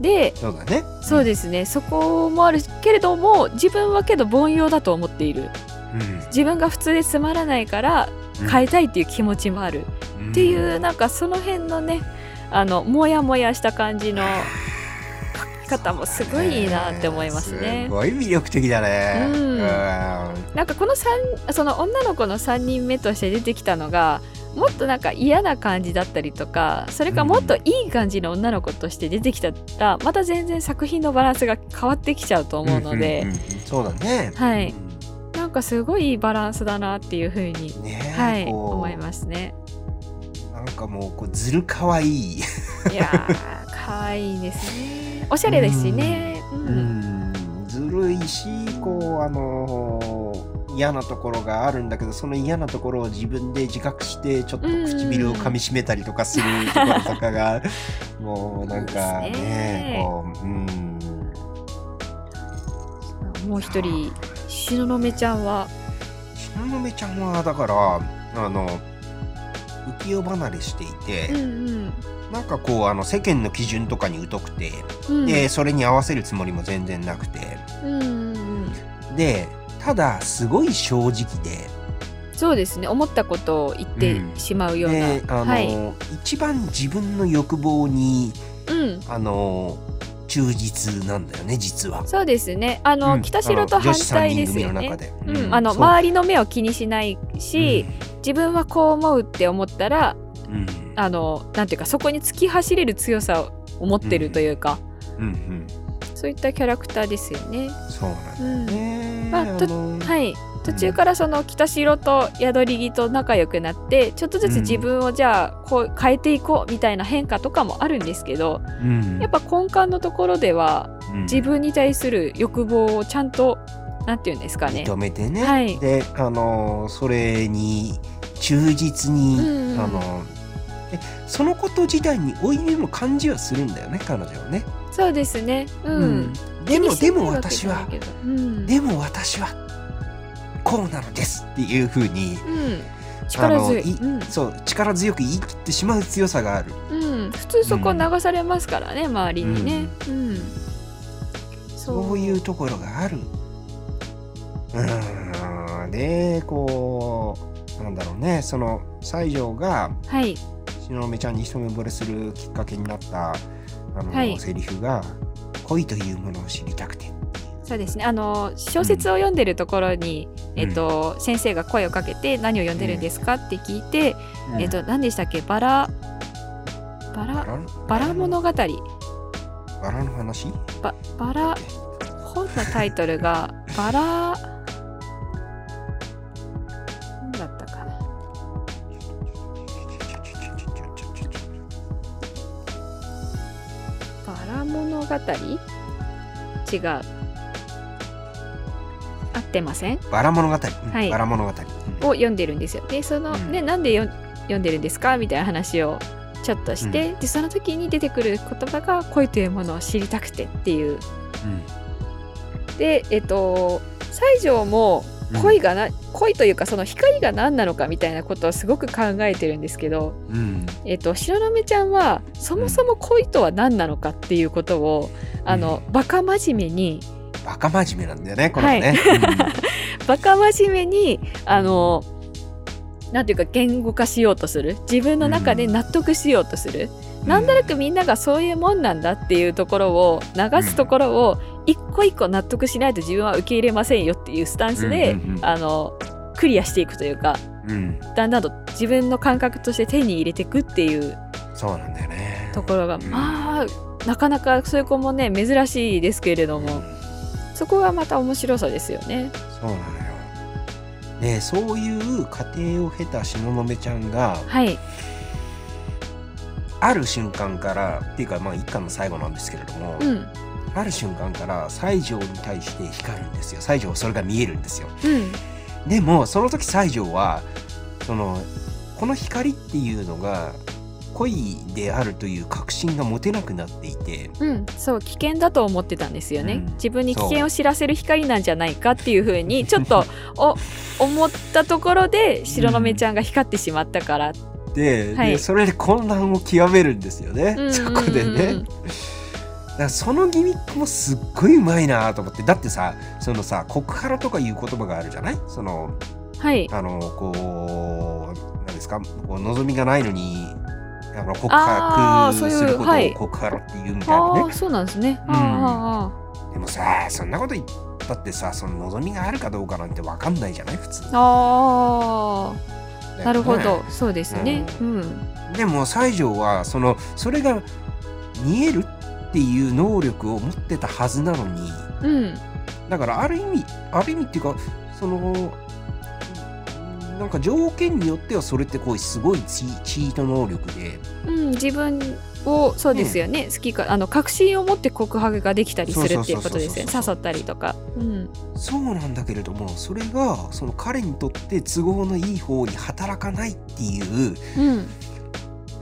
Speaker 2: で、
Speaker 1: そうだね。
Speaker 2: そうですね、そこもあるけれども、自分はけど凡庸だと思っている。
Speaker 1: うん
Speaker 2: 自分が普通でつまらないから、変えたいっていう気持ちもある。っていうなんかその辺のねあのモヤモヤした感じのか方もすごいいいなって思いますね。
Speaker 1: すごい魅力的だね。
Speaker 2: う
Speaker 1: ん
Speaker 2: んなんかこの3その女の子の3人目として出てきたのがもっとなんか嫌な感じだったりとかそれかもっといい感じの女の子として出てきたら、また全然作品のバランスが変わってきちゃうと思うので、
Speaker 1: んんんそうだね。
Speaker 2: はいなんかすごいいいバランスだなっていうふうに、
Speaker 1: ね
Speaker 2: はい、
Speaker 1: こう
Speaker 2: 思いますね。
Speaker 1: なんかもうこうずる可愛い。
Speaker 2: いや ー可愛いですねおしゃれですしね。うん
Speaker 1: うんずるいしこうあのー嫌なところがあるんだけどその嫌なところを自分で自覚してちょっと唇を噛みしめたりとかするところとかがもうなんかね
Speaker 2: いいですね
Speaker 1: こううん
Speaker 2: もう一人しののめちゃんは
Speaker 1: 東雲ちゃんはだからあの浮世離れしていて、
Speaker 2: うんうん
Speaker 1: なんかこうあの世間の基準とかに疎くて、
Speaker 2: うん
Speaker 1: でそれに合わせるつもりも全然なくて
Speaker 2: うんうんうん
Speaker 1: でただすごい正直で。
Speaker 2: そうですね思ったことを言って
Speaker 1: うん
Speaker 2: しまうような、
Speaker 1: であの、
Speaker 2: はい、
Speaker 1: 一番自分の欲望に
Speaker 2: うん、
Speaker 1: あの忠実なんだよね実は。
Speaker 2: そうですねあの、
Speaker 1: うん
Speaker 2: 北城と
Speaker 1: あの
Speaker 2: 反
Speaker 1: 女子3
Speaker 2: 対
Speaker 1: 人
Speaker 2: です
Speaker 1: 組の
Speaker 2: よね
Speaker 1: 中で
Speaker 2: う、
Speaker 1: うん
Speaker 2: あの
Speaker 1: そう
Speaker 2: 周りの目を気にしないし、自分はこう思うって思ったら
Speaker 1: うんうん
Speaker 2: あのなんていうかそこに突き走れる強さを持ってるというか、
Speaker 1: うんうん
Speaker 2: そういったキャラクターですよね。
Speaker 1: そうなんだ
Speaker 2: うん
Speaker 1: ね。
Speaker 2: まあと
Speaker 1: の
Speaker 2: はい、途中からその北城と宿り木と仲良くなってちょっとずつ自分をじゃあこう変えていこうみたいな変化とかもあるんですけど
Speaker 1: うん
Speaker 2: やっぱ根幹のところでは
Speaker 1: うん
Speaker 2: 自分に対する欲望をちゃんとなんていうんですかね
Speaker 1: 認めてね。
Speaker 2: はい
Speaker 1: であのそれに忠実に、
Speaker 2: うんうん
Speaker 1: あのでそのこと自体に負い目も感じはするんだよね彼女はね。
Speaker 2: そうですねうん、
Speaker 1: で
Speaker 2: 気に
Speaker 1: も
Speaker 2: して
Speaker 1: で
Speaker 2: ない
Speaker 1: も
Speaker 2: わけ
Speaker 1: 私
Speaker 2: じゃな
Speaker 1: はい
Speaker 2: けどうん
Speaker 1: でも私はこうなのですっていうふうに
Speaker 2: うん力強い
Speaker 1: あのい
Speaker 2: うん
Speaker 1: そう力強く言い切ってしまう強さがある。
Speaker 2: うん、普通そこ流されますからね、周りにね、うんそ
Speaker 1: そういうところがある。うーんでこうなんだろうねその西条が
Speaker 2: はい
Speaker 1: 東雲ちゃんに一目惚れするきっかけになったあの、
Speaker 2: はい
Speaker 1: セリフが「恋というものを知りたくて」
Speaker 2: そうですねあの小説を読んでるところに、えっと先生が声をかけて何を読んでるんですかって聞いて、えっと何でしたっけバラバ
Speaker 1: バ
Speaker 2: ラ
Speaker 1: ラ
Speaker 2: バラ物語
Speaker 1: バラの話
Speaker 2: ババラ本のタイトルがバラ何だったかなバラ物語違う合ってません
Speaker 1: バラ物語、
Speaker 2: は
Speaker 1: はいバラ物語、
Speaker 2: を読んでるんですよでその、
Speaker 1: うん
Speaker 2: ねなんでよ読んでるんですかみたいな話をちょっとして、でその時に出てくる言葉が恋というものを知りたくてっていう
Speaker 1: うん
Speaker 2: でえっと西条も
Speaker 1: うん
Speaker 2: 恋がな、恋というかその光が何なのかみたいなことをすごく考えてるんですけど、
Speaker 1: うん
Speaker 2: えっと白目ちゃんはそもそも恋とは何なのかっていうことを、あのバカ真面目に
Speaker 1: バカ真面目なんだよねこのね、
Speaker 2: バカ真面目にあのなんていうか言語化しようとする自分の中で納得しようとする、
Speaker 1: う
Speaker 2: なんとなくみんながそういうもんなんだっていうところを流すところを一個一個納得しないと自分は受け入れませんよっていうスタンスで、
Speaker 1: うんうんうん
Speaker 2: あのクリアしていくというか
Speaker 1: うん
Speaker 2: だんだんと自分の感覚として手に入れていくっていう
Speaker 1: そうなんだよね
Speaker 2: ところが、
Speaker 1: うん
Speaker 2: まあなかなかそういう子もね珍しいですけれど
Speaker 1: うん
Speaker 2: も、そこがまた面白さですよね。
Speaker 1: そうなのよでそういう過程を経た東雲ちゃんが
Speaker 2: はい、
Speaker 1: ある瞬間からっていうかまあ一巻の最後なんですけれども、
Speaker 2: うん、うん、
Speaker 1: ある瞬間から西条に対して光るんですよ西条それが見えるんですよでもその時西条はそのこの光っていうのが恋であるという確信が持てなくなっていて
Speaker 2: うん、そう危険だと思ってたんですよね、
Speaker 1: うん
Speaker 2: 自分に危険を知らせる光なんじゃないかっていう風にちょっとお思ったところで白目ちゃんが光ってしまったから、
Speaker 1: で,、
Speaker 2: はい
Speaker 1: でそれで混乱を極めるんですよね、
Speaker 2: うんうんうんうん
Speaker 1: そこでね。だからそのギミックもすっごいうまいなと思ってだってさそのさ「告白」とかいう言葉があるじゃないその
Speaker 2: はい
Speaker 1: あのこうなんですかこう望みがないのにあの告
Speaker 2: あーそう
Speaker 1: 白
Speaker 2: いう
Speaker 1: すること
Speaker 2: はい
Speaker 1: を告白って言うみたいなね
Speaker 2: ああ、そうなんですね。
Speaker 1: うん
Speaker 2: ああ
Speaker 1: でもさそんなこと言ったってさその望みがあるかどうかなんて分かんないじゃない普通
Speaker 2: あああ
Speaker 1: だよ
Speaker 2: あ
Speaker 1: ね
Speaker 2: なるほど、そうですね。うん。
Speaker 1: でも西条はそのそれが見えるっていう能力を持ってたはずなのに
Speaker 2: うん。
Speaker 1: だからある意味ある意味っていうかそのなんか条件によってはそれってこうすごいチチート能力で
Speaker 2: うん、自分をそうですよね、好きかあの確信を持って告白ができたりするっていうことですよね
Speaker 1: そうそうそうそう
Speaker 2: 誘ったりとか、うん、
Speaker 1: そうなんだけれどもそれがその彼にとって都合のいい方に働かないっていう
Speaker 2: うん、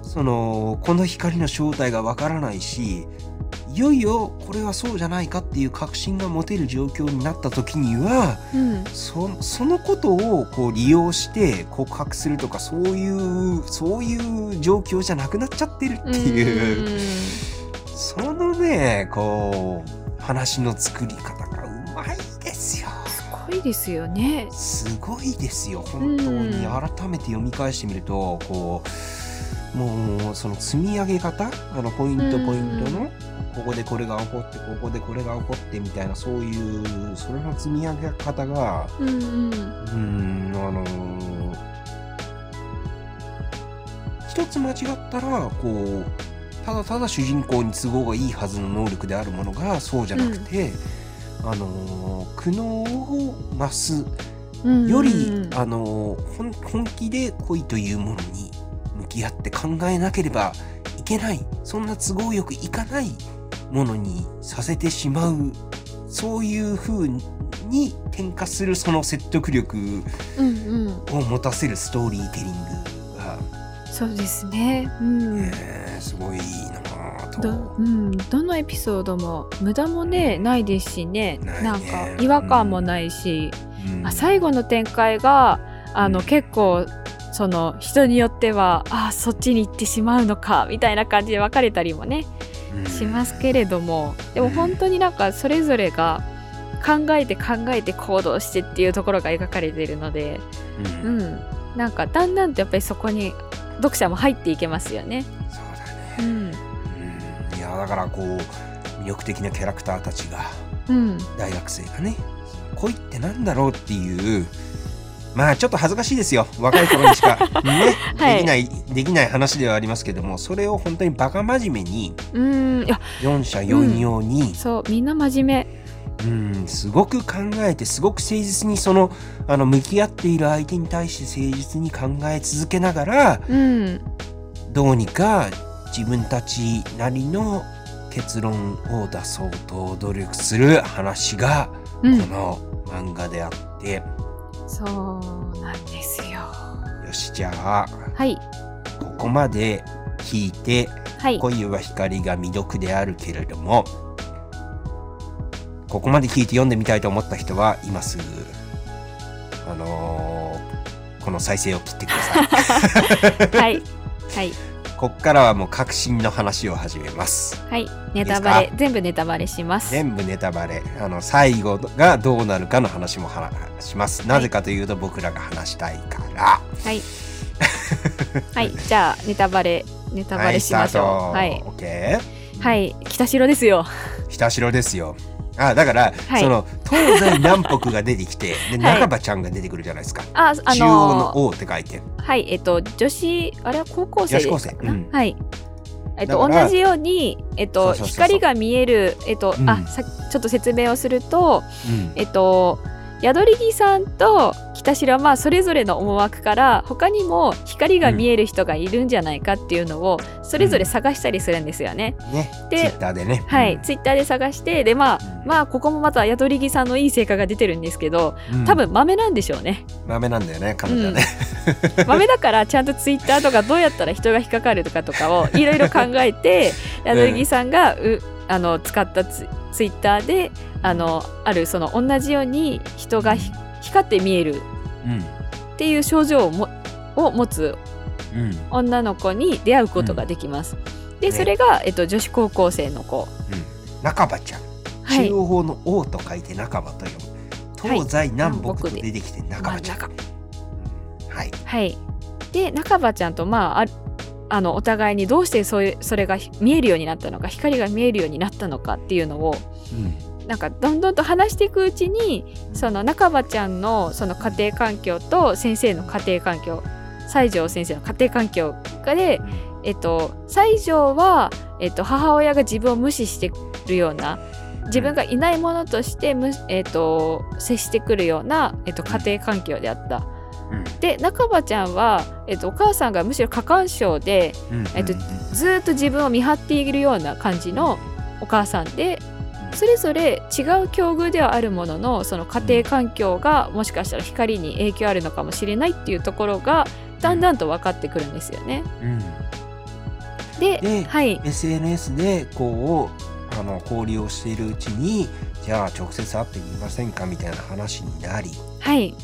Speaker 1: そのこの光の正体がわからないしいよいよこれはそうじゃないかっていう確信が持てる状況になった時には
Speaker 2: うん、
Speaker 1: そそのことをこう利用して告白するとかそういうそういう状況じゃなくなっちゃってるっていうそのねこう話の作り方がうまいですよ。
Speaker 2: すごいですよね。
Speaker 1: すごいですよ本当に
Speaker 2: うん
Speaker 1: 改めて読み返してみると、こうもうその積み上げ方あのポイント
Speaker 2: うん
Speaker 1: ポイントの、ここでこれが起こってここでこれが起こってみたいなそういうそれの積み上げ方が
Speaker 2: うんうん、
Speaker 1: うんあのー一つ間違ったらこうただただ主人公に都合がいいはずの能力であるものがそうじゃなくて、あのー苦悩を増す
Speaker 2: うんうん、
Speaker 1: より、あの本本気で恋というものに向き合って考えなければいけないそんな都合よくいかないものにさせてしまうそういう風に転化するその説得力
Speaker 2: うんうん、
Speaker 1: を持たせるストーリーテリングが、
Speaker 2: そうですね。うん
Speaker 1: えーすごいいいなぁと。
Speaker 2: どうん、どのエピソードも無駄もねないですしね
Speaker 1: ないね
Speaker 2: なんか違和感もないし、
Speaker 1: うん
Speaker 2: あ最後の展開があの、
Speaker 1: うん
Speaker 2: 結構その人によってはあそっちに行ってしまうのかみたいな感じで分かれたりもねしますけれどもでも本当になんかそれぞれが考えて考えて行動してっていうところが描かれているので、
Speaker 1: うん
Speaker 2: う
Speaker 1: うん
Speaker 2: ん、なんかだんだんとやっぱりそこに読者も入っていけますよね。
Speaker 1: そうだ
Speaker 2: う
Speaker 1: ね、
Speaker 2: ん、
Speaker 1: うんいやだからこう魅力的なキャラクターたちが
Speaker 2: うん
Speaker 1: 大学生がね恋ってなんだろうっていうまあちょっと恥ずかしいですよ若い頃にしか、 ね
Speaker 2: はい
Speaker 1: できないできない話ではありますけどもそれを本当にバカ真面目に
Speaker 2: うん、いや
Speaker 1: 四者四様に、
Speaker 2: そうみんな真面目
Speaker 1: うんすごく考えてすごく誠実にそのあの向き合っている相手に対して誠実に考え続けながら
Speaker 2: うん
Speaker 1: どうにか自分たちなりの結論を出そうと努力する話が
Speaker 2: う
Speaker 1: こ
Speaker 2: ん
Speaker 1: の漫画であって。
Speaker 2: そうなんですよは
Speaker 1: よしじゃあ
Speaker 2: い
Speaker 1: ここまで聞いて
Speaker 2: はい
Speaker 1: 恋は光が未読であるけれどもここまで聞いて読んでみたいと思った人は今すぐあのーこの再生を切ってください
Speaker 2: はいはい
Speaker 1: こっからはもう確信の話を始めます
Speaker 2: はいネタバレ全部ネタバレします
Speaker 1: 全部ネタバレあの最後がどうなるかの話も話しますなぜかというと僕らが話したいから
Speaker 2: はいはいじゃあネタバレネタバレしましょう
Speaker 1: は
Speaker 2: はいい
Speaker 1: スタート OK
Speaker 2: はい北城ですよ
Speaker 1: 北城ですよ。あだから、
Speaker 2: はい
Speaker 1: その東西南北が出てき てで
Speaker 2: はい
Speaker 1: 中葉ちゃんが出てくるじゃないですか。
Speaker 2: ああ
Speaker 1: 中央
Speaker 2: のー
Speaker 1: の王って書いて。
Speaker 2: はいえっと女子あれは高校生ですかな、
Speaker 1: 女子高生うん
Speaker 2: はいえっ
Speaker 1: だ
Speaker 2: と、
Speaker 1: から
Speaker 2: 同じように、えっ
Speaker 1: そ
Speaker 2: と、
Speaker 1: うそうそうそう
Speaker 2: 光が見える、えっと
Speaker 1: うん
Speaker 2: あさちょっと説明をすると、
Speaker 1: うん
Speaker 2: えっと宿り木さんと北城はまあそれぞれの思惑から他にも光が見える人がいるんじゃないかっていうのをそれぞれ探したりするんですよね。
Speaker 1: ね、ツイ
Speaker 2: で
Speaker 1: ッターでね。
Speaker 2: は
Speaker 1: う
Speaker 2: い、
Speaker 1: ん
Speaker 2: ツイッターで探してでまあ
Speaker 1: うん
Speaker 2: まあここもまた宿り木さんのいい成果が出てるんですけど
Speaker 1: うん
Speaker 2: 多分豆なんでしょうね。
Speaker 1: 豆なんだよね彼女はね。
Speaker 2: 豆だからちゃんとツイッターとかどうやったら人が引っかかるとか とかをいろいろ考えて
Speaker 1: うん
Speaker 2: 宿り木さんがうあの使ったツイツイッターであのあるその同じように人がひ光って見える
Speaker 1: うん
Speaker 2: っていう症状をもを持つ
Speaker 1: うん
Speaker 2: 女の子に出会うことができます。で
Speaker 1: ね
Speaker 2: それが、えっと、女子高校生の子。
Speaker 1: 中葉ちゃん、
Speaker 2: はい
Speaker 1: 中央の王と書いて中葉と読む。
Speaker 2: はい
Speaker 1: 東西南北
Speaker 2: 南
Speaker 1: と
Speaker 2: 北で
Speaker 1: 出てきて中葉ちゃん。
Speaker 2: 真ん中
Speaker 1: うんはい。
Speaker 2: はい、で中葉ちゃんとまあああのお互いにどうしてそういうそれが見えるようになったのか光が見えるようになったのかっていうのをなんかどんどんと話していくうちにその中葉ちゃんのその家庭環境と先生の家庭環境西条先生の家庭環境で、えっと、西条は、えっと、母親が自分を無視してるような自分がいないものとしてむ、えっと、接してくるような、えっと、家庭環境であった。で中葉ちゃんは、えっと、お母さんがむしろ過干渉で、えっと、ずっと自分を見張っているような感じのお母さんでそれぞれ違う境遇ではあるもののその家庭環境がもしかしたら光に影響あるのかもしれないっていうところがだんだんと分かってくるんですよね。うん、で
Speaker 1: で、
Speaker 2: はい、
Speaker 1: SNS でこうあの交流をしているうちにじゃあ直接会ってみませんかみたいな話になり、
Speaker 2: はい、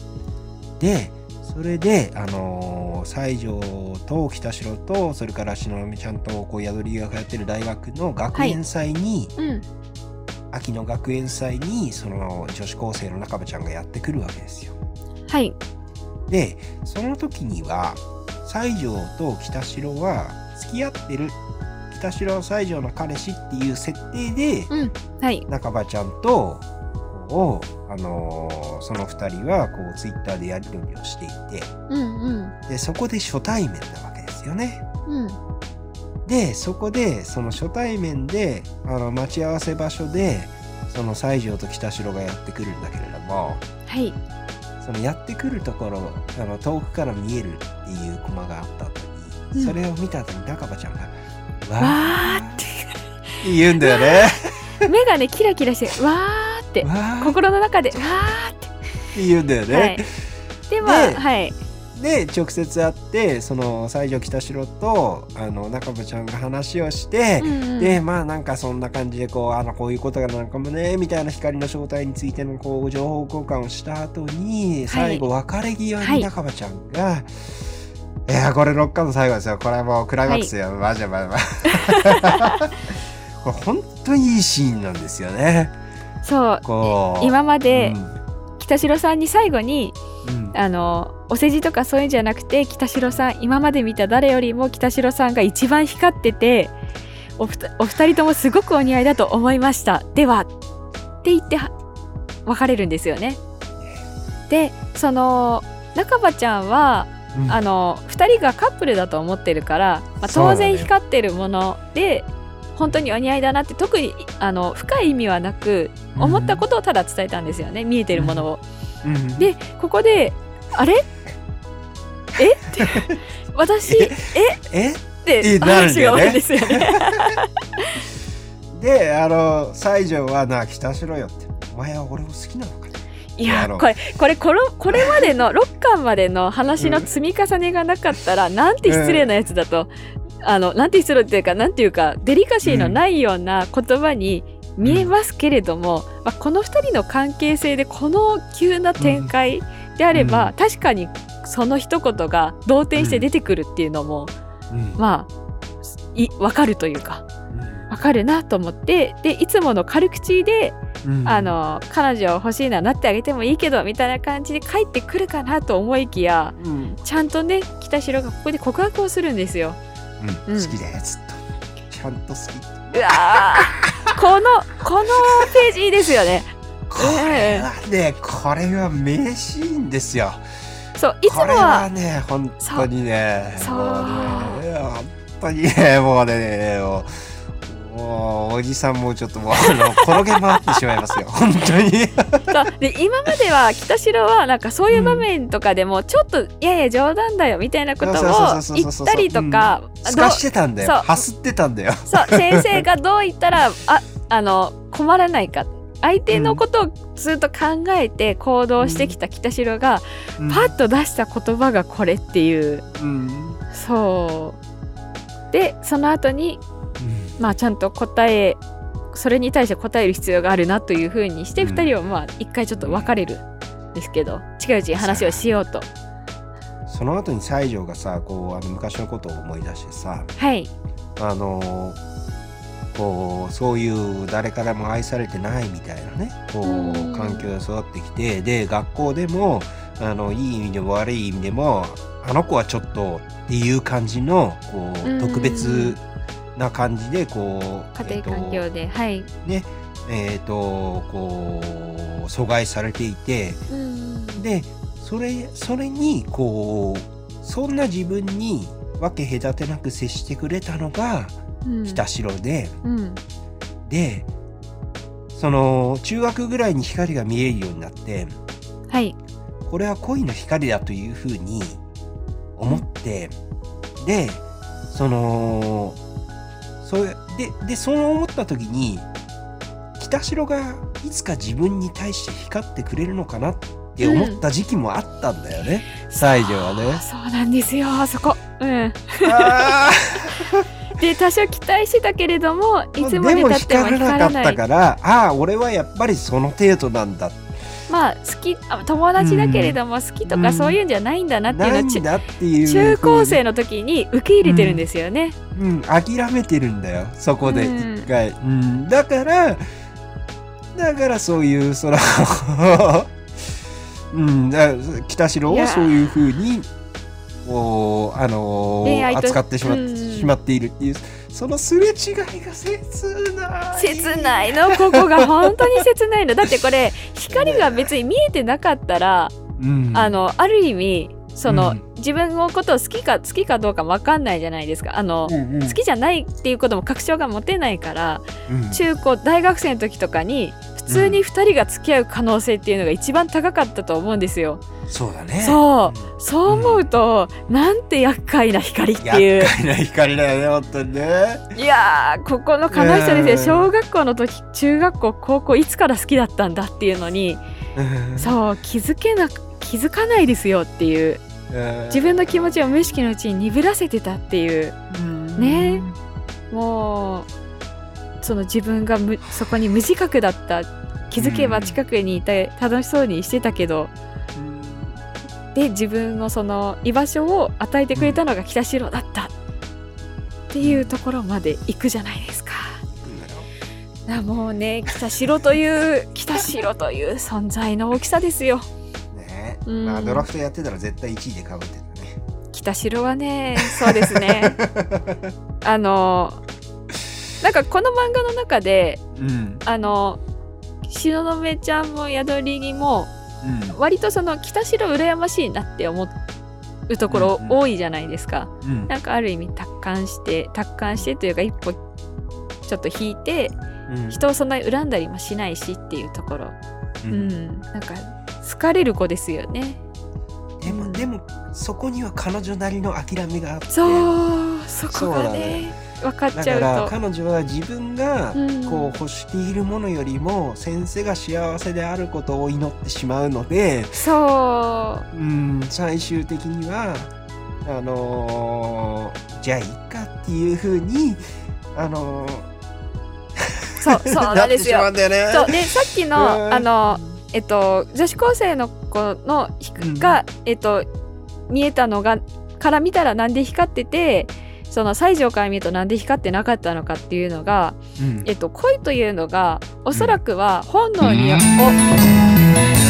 Speaker 1: でそれで、あのー、西条と北城とそれから東雲ちゃんとこう宿りが通ってる大学の学園祭に、はいうん、秋の学園祭にその女子高生の中部ちゃんがやってくるわけですよ。
Speaker 2: はい、
Speaker 1: でその時には西条と北城は付き合ってる北城西条の彼氏っていう設定で、
Speaker 2: うんはい、
Speaker 1: 中葉ちゃんとを、あのー、その2人はこうツイッターでやり取りをしていて、
Speaker 2: うんうん、
Speaker 1: でそこで初対面なわけですよね。
Speaker 2: うん、
Speaker 1: でそこでその初対面であの待ち合わせ場所でその西条と北城がやってくるんだけれども、
Speaker 2: はい、
Speaker 1: そのやってくるところあの遠くから見えるっていうコマがあった後に、うん、それを見た後に中葉ちゃんが「わー」って言うんだよね。
Speaker 2: 目がねキラキラして「わー」って心の中で「わー」
Speaker 1: って言うんだよね。はい、
Speaker 2: でまあはい
Speaker 1: で直接会ってその西条北城とあの中部ちゃんが話をして、うんうん、でまあなんかそんな感じでこうあのこういうことがなんかもねみたいな光の正体についてのこう情報交換をした後に最後別れ際に中部ちゃんが。はいはいいやこれ6巻の最後ですよこれもうクライマックスよ、はい、マジでマジで これ本当にいいシーンなんですよね
Speaker 2: そう今まで、北城さんに最後に、うん、あのお世辞とかそういうんじゃなくて北城さん今まで見た誰よりも北城さんが一番光ってておお二人ともすごくお似合いだと思いましたではって言って別れるんですよね。でその中葉ちゃんは、うん、あの2人がカップルだと思ってるから、まあ、当然光ってるもので、本当にお似合いだなって特にあの深い意味はなく思ったことをただ伝えたんですよね、うん、見えてるものを。うんうん、でここで「あれえって 私え
Speaker 1: え
Speaker 2: って話が多いですよね。
Speaker 1: であの西条はな北城よってお前は俺を好きなのか
Speaker 2: いやこれこれこれこれま での6巻までの話の積み重ねがなかったら、うん、なんて失礼なやつだと、うんあの、なんて失礼っていうか、なんていうか、デリカシーのないような言葉に見えますけれども、うん、まあ、この2人の関係性でこの急な展開であれば、うん、確かにその一言が動転して出てくるっていうのも、うん、まあ、わかるというか、わかるなと思って、で、いつもの軽口で、あの彼女欲しいななってあげてもいいけどみたいな感じで帰ってくるかなと思いきや、ちゃんとね北城がここで告白をするんですよ。
Speaker 1: うん、好きだよずっとちゃんと好き
Speaker 2: うわこのこのページいいですよね
Speaker 1: これはね、これは名シーンですよ
Speaker 2: そういつもはこれは
Speaker 1: ね本当にねそうもうね本当にねもうねもうもうおじさんもちょっともうあの転げ回ってしまいますよ本当 に
Speaker 2: で今までは北城はなんかそういう場面とかでもちょっと、うん、いやいや冗談だよみたいなことを言ったりとか、
Speaker 1: うん、すかしてたんだよはすってたんだよ
Speaker 2: そう先生がどう言ったらああの困らないか相手のことをずっと考えて行動してきた北城が、うん、パッと出した言葉がこれっていう、
Speaker 1: うん、
Speaker 2: そうでその後に、まあちゃんと答えそれに対して答える必要があるなというふうにして、うん、2人はまあ一回ちょっと別れるんですけど近いうちに話をしようと
Speaker 1: その後に西条がさこうあの昔のことを思い出してさ
Speaker 2: はい
Speaker 1: あのこうそういう誰からも愛されてないみたいなねこう環境で育ってきてで学校でもあのいい意味でも悪い意味でもあの子はちょっとっていう感じのこ
Speaker 2: う
Speaker 1: うん特別な感じでこう
Speaker 2: 家庭環境で、はい、
Speaker 1: えっ、と,、えーとこう阻害されていて
Speaker 2: うん、
Speaker 1: でそれそれにこうそんな自分に分け隔てなく接してくれたのが
Speaker 2: うん、
Speaker 1: 北城で、
Speaker 2: うん、
Speaker 1: でその中学ぐらいに光が見えるようになって
Speaker 2: はい、
Speaker 1: これは恋の光だというふうに思ってでそのそれででそう思った時に北城がいつか自分に対して光ってくれるのかなって思った時期もあったんだよね、西条はね。
Speaker 2: そうなんですよ、あそこ、うん、
Speaker 1: あ
Speaker 2: で多少期待してたけれども、 い
Speaker 1: ー
Speaker 2: つまで
Speaker 1: でも
Speaker 2: 経っても
Speaker 1: 光
Speaker 2: 光
Speaker 1: らなからっ
Speaker 2: な
Speaker 1: た
Speaker 2: い。
Speaker 1: からああ俺はやっぱりその程度なんだ
Speaker 2: まあ好きあ友達だけれども好きとかそういうんじゃないんだなっていうの
Speaker 1: な
Speaker 2: は、
Speaker 1: い
Speaker 2: ち
Speaker 1: んだっていう風に
Speaker 2: 中高生の時に受け入れてるんですよね。
Speaker 1: うん、諦めてるんだよそこで
Speaker 2: うん
Speaker 1: 一回、うんだからだからそういうその うんだ北城
Speaker 2: いや
Speaker 1: を
Speaker 2: ー
Speaker 1: そういうふうにこうあのー
Speaker 2: 恋愛と
Speaker 1: 扱ってしま,、
Speaker 2: うん
Speaker 1: しまっているっていうそのすれ違いが切ない
Speaker 2: 切ないのここが本当に切ないのだってこれ光が別に見えてなかったら
Speaker 1: うん、
Speaker 2: あのある意味その、
Speaker 1: うん
Speaker 2: 自分のことを好きか好きかどうか分かんないじゃないですかあの、
Speaker 1: うんうん
Speaker 2: 好きじゃないっていうことも確証が持てないから
Speaker 1: うん
Speaker 2: 中高大学生の時とかに普通に2人が付き合う可能性っていうのが一番高かったと思うんですよ。
Speaker 1: そうだね
Speaker 2: そうそう思うと、なんて厄介な光って
Speaker 1: ん、
Speaker 2: いう
Speaker 1: 厄介な光だよね本当にね
Speaker 2: いやーここの悲しさ
Speaker 1: ねえ
Speaker 2: ですね小学校の時中学校高校いつから好きだったんだっていうのに
Speaker 1: うん
Speaker 2: そう気づけな気づかないですよっていう
Speaker 1: うん
Speaker 2: 自分の気持ちを無意識のうちに鈍らせてたっていうねもうその自分がむそこに無自覚だった気づけば近くにいて楽しそうにしてたけど
Speaker 1: うん
Speaker 2: で自分のその居場所を与えてくれたのが北城だったっていうところまで行くじゃないですか。あもうね北城という 北城という存在の大きさですよ
Speaker 1: ね
Speaker 2: うん
Speaker 1: まあドラフトやってたら絶対1位でかぶってたね。
Speaker 2: 北城はねそうで すねあのなんかこの漫画の中で
Speaker 1: うん。
Speaker 2: あの東雲ちゃんも宿り木も割とその北城羨ましいなって思うところ
Speaker 1: うんうん
Speaker 2: 多いじゃないですか、
Speaker 1: うん。うん。
Speaker 2: なんかある意味達観して達観してというか一歩ちょっと引いて
Speaker 1: うん。
Speaker 2: 人をそんなに恨んだりもしないしっていうところ
Speaker 1: う
Speaker 2: うんん、なんか好かれる子ですよね。
Speaker 1: でも、でも、そこには彼女なりの諦めがあって。
Speaker 2: そう、そこ
Speaker 1: そう
Speaker 2: が
Speaker 1: だね
Speaker 2: ね、分かっ
Speaker 1: だ
Speaker 2: ち
Speaker 1: か
Speaker 2: ゃ
Speaker 1: ら
Speaker 2: うと。
Speaker 1: 彼女は自分が
Speaker 2: うん
Speaker 1: こう欲しているものよりも先生が幸せであることを祈ってしまうので、
Speaker 2: そ
Speaker 1: うん、最終的にはあのーじゃあいいかっていうふうに、あのー
Speaker 2: う、 そう、そう
Speaker 1: な
Speaker 2: な
Speaker 1: っ
Speaker 2: んで
Speaker 1: て
Speaker 2: す
Speaker 1: しまう
Speaker 2: よ。
Speaker 1: んだよね。
Speaker 2: そう、で、さっき
Speaker 1: うん
Speaker 2: の、あの、えっと、女子高生の子のひ
Speaker 1: うん
Speaker 2: が、えっと、見えたのが、から見たらなんで光ってて、その西条から見るとなんで光ってなかったのかっていうのが、
Speaker 1: うん
Speaker 2: えっと、恋というのが、おそらくは本能によ、
Speaker 1: ごめん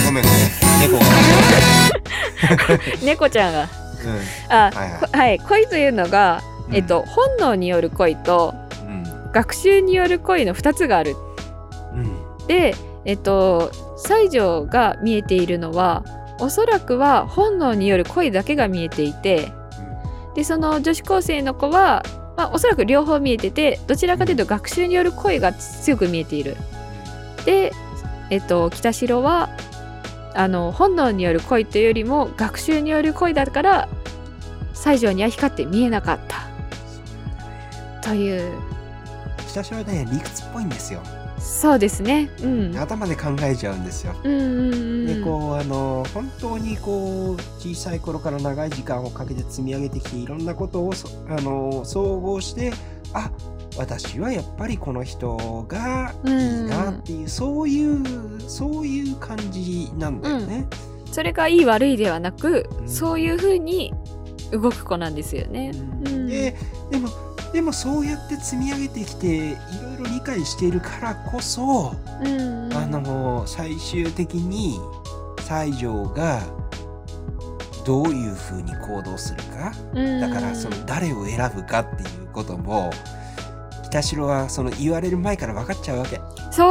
Speaker 1: ごめん猫が。
Speaker 2: お、猫ちゃんが、
Speaker 1: うんは
Speaker 2: あ、
Speaker 1: いはい
Speaker 2: こはい、恋というのが、えっと、本能による恋と
Speaker 1: うん
Speaker 2: 学習による恋の2つがある
Speaker 1: うん
Speaker 2: で、えっと、西条が見えているのはおそらくは本能による恋だけが見えていてでその女子高生の子は、まあ、おそらく両方見えててどちらかというと学習による恋が強く見えている。で、えっと、北城はあの本能による恋というよりも学習による恋だから西条には光って見えなかったという
Speaker 1: 北朝はね理屈っぽいんですよ
Speaker 2: そうですね。うん。
Speaker 1: 頭で考えちゃうんですよ、
Speaker 2: うんうんう
Speaker 1: で
Speaker 2: ん。
Speaker 1: こうあの本当にこう小さい頃から長い時間をかけて積み上げてきていろんなことをそあの総合してあ私はやっぱりこの人がいいなっていう、そういうそういう感じなんだよね、
Speaker 2: それがいい悪いではなく、
Speaker 1: うん
Speaker 2: そういう風に動く子なんですよね。うん
Speaker 1: ででもでもそうやって積み上げてきていろいろ理解しているからこそ、
Speaker 2: うんうん。
Speaker 1: あの最終的に西条がどういうふうに行動するか
Speaker 2: うん
Speaker 1: だからその誰を選ぶかっていうことも北城はその言われる前から分かっちゃうわけ。
Speaker 2: そう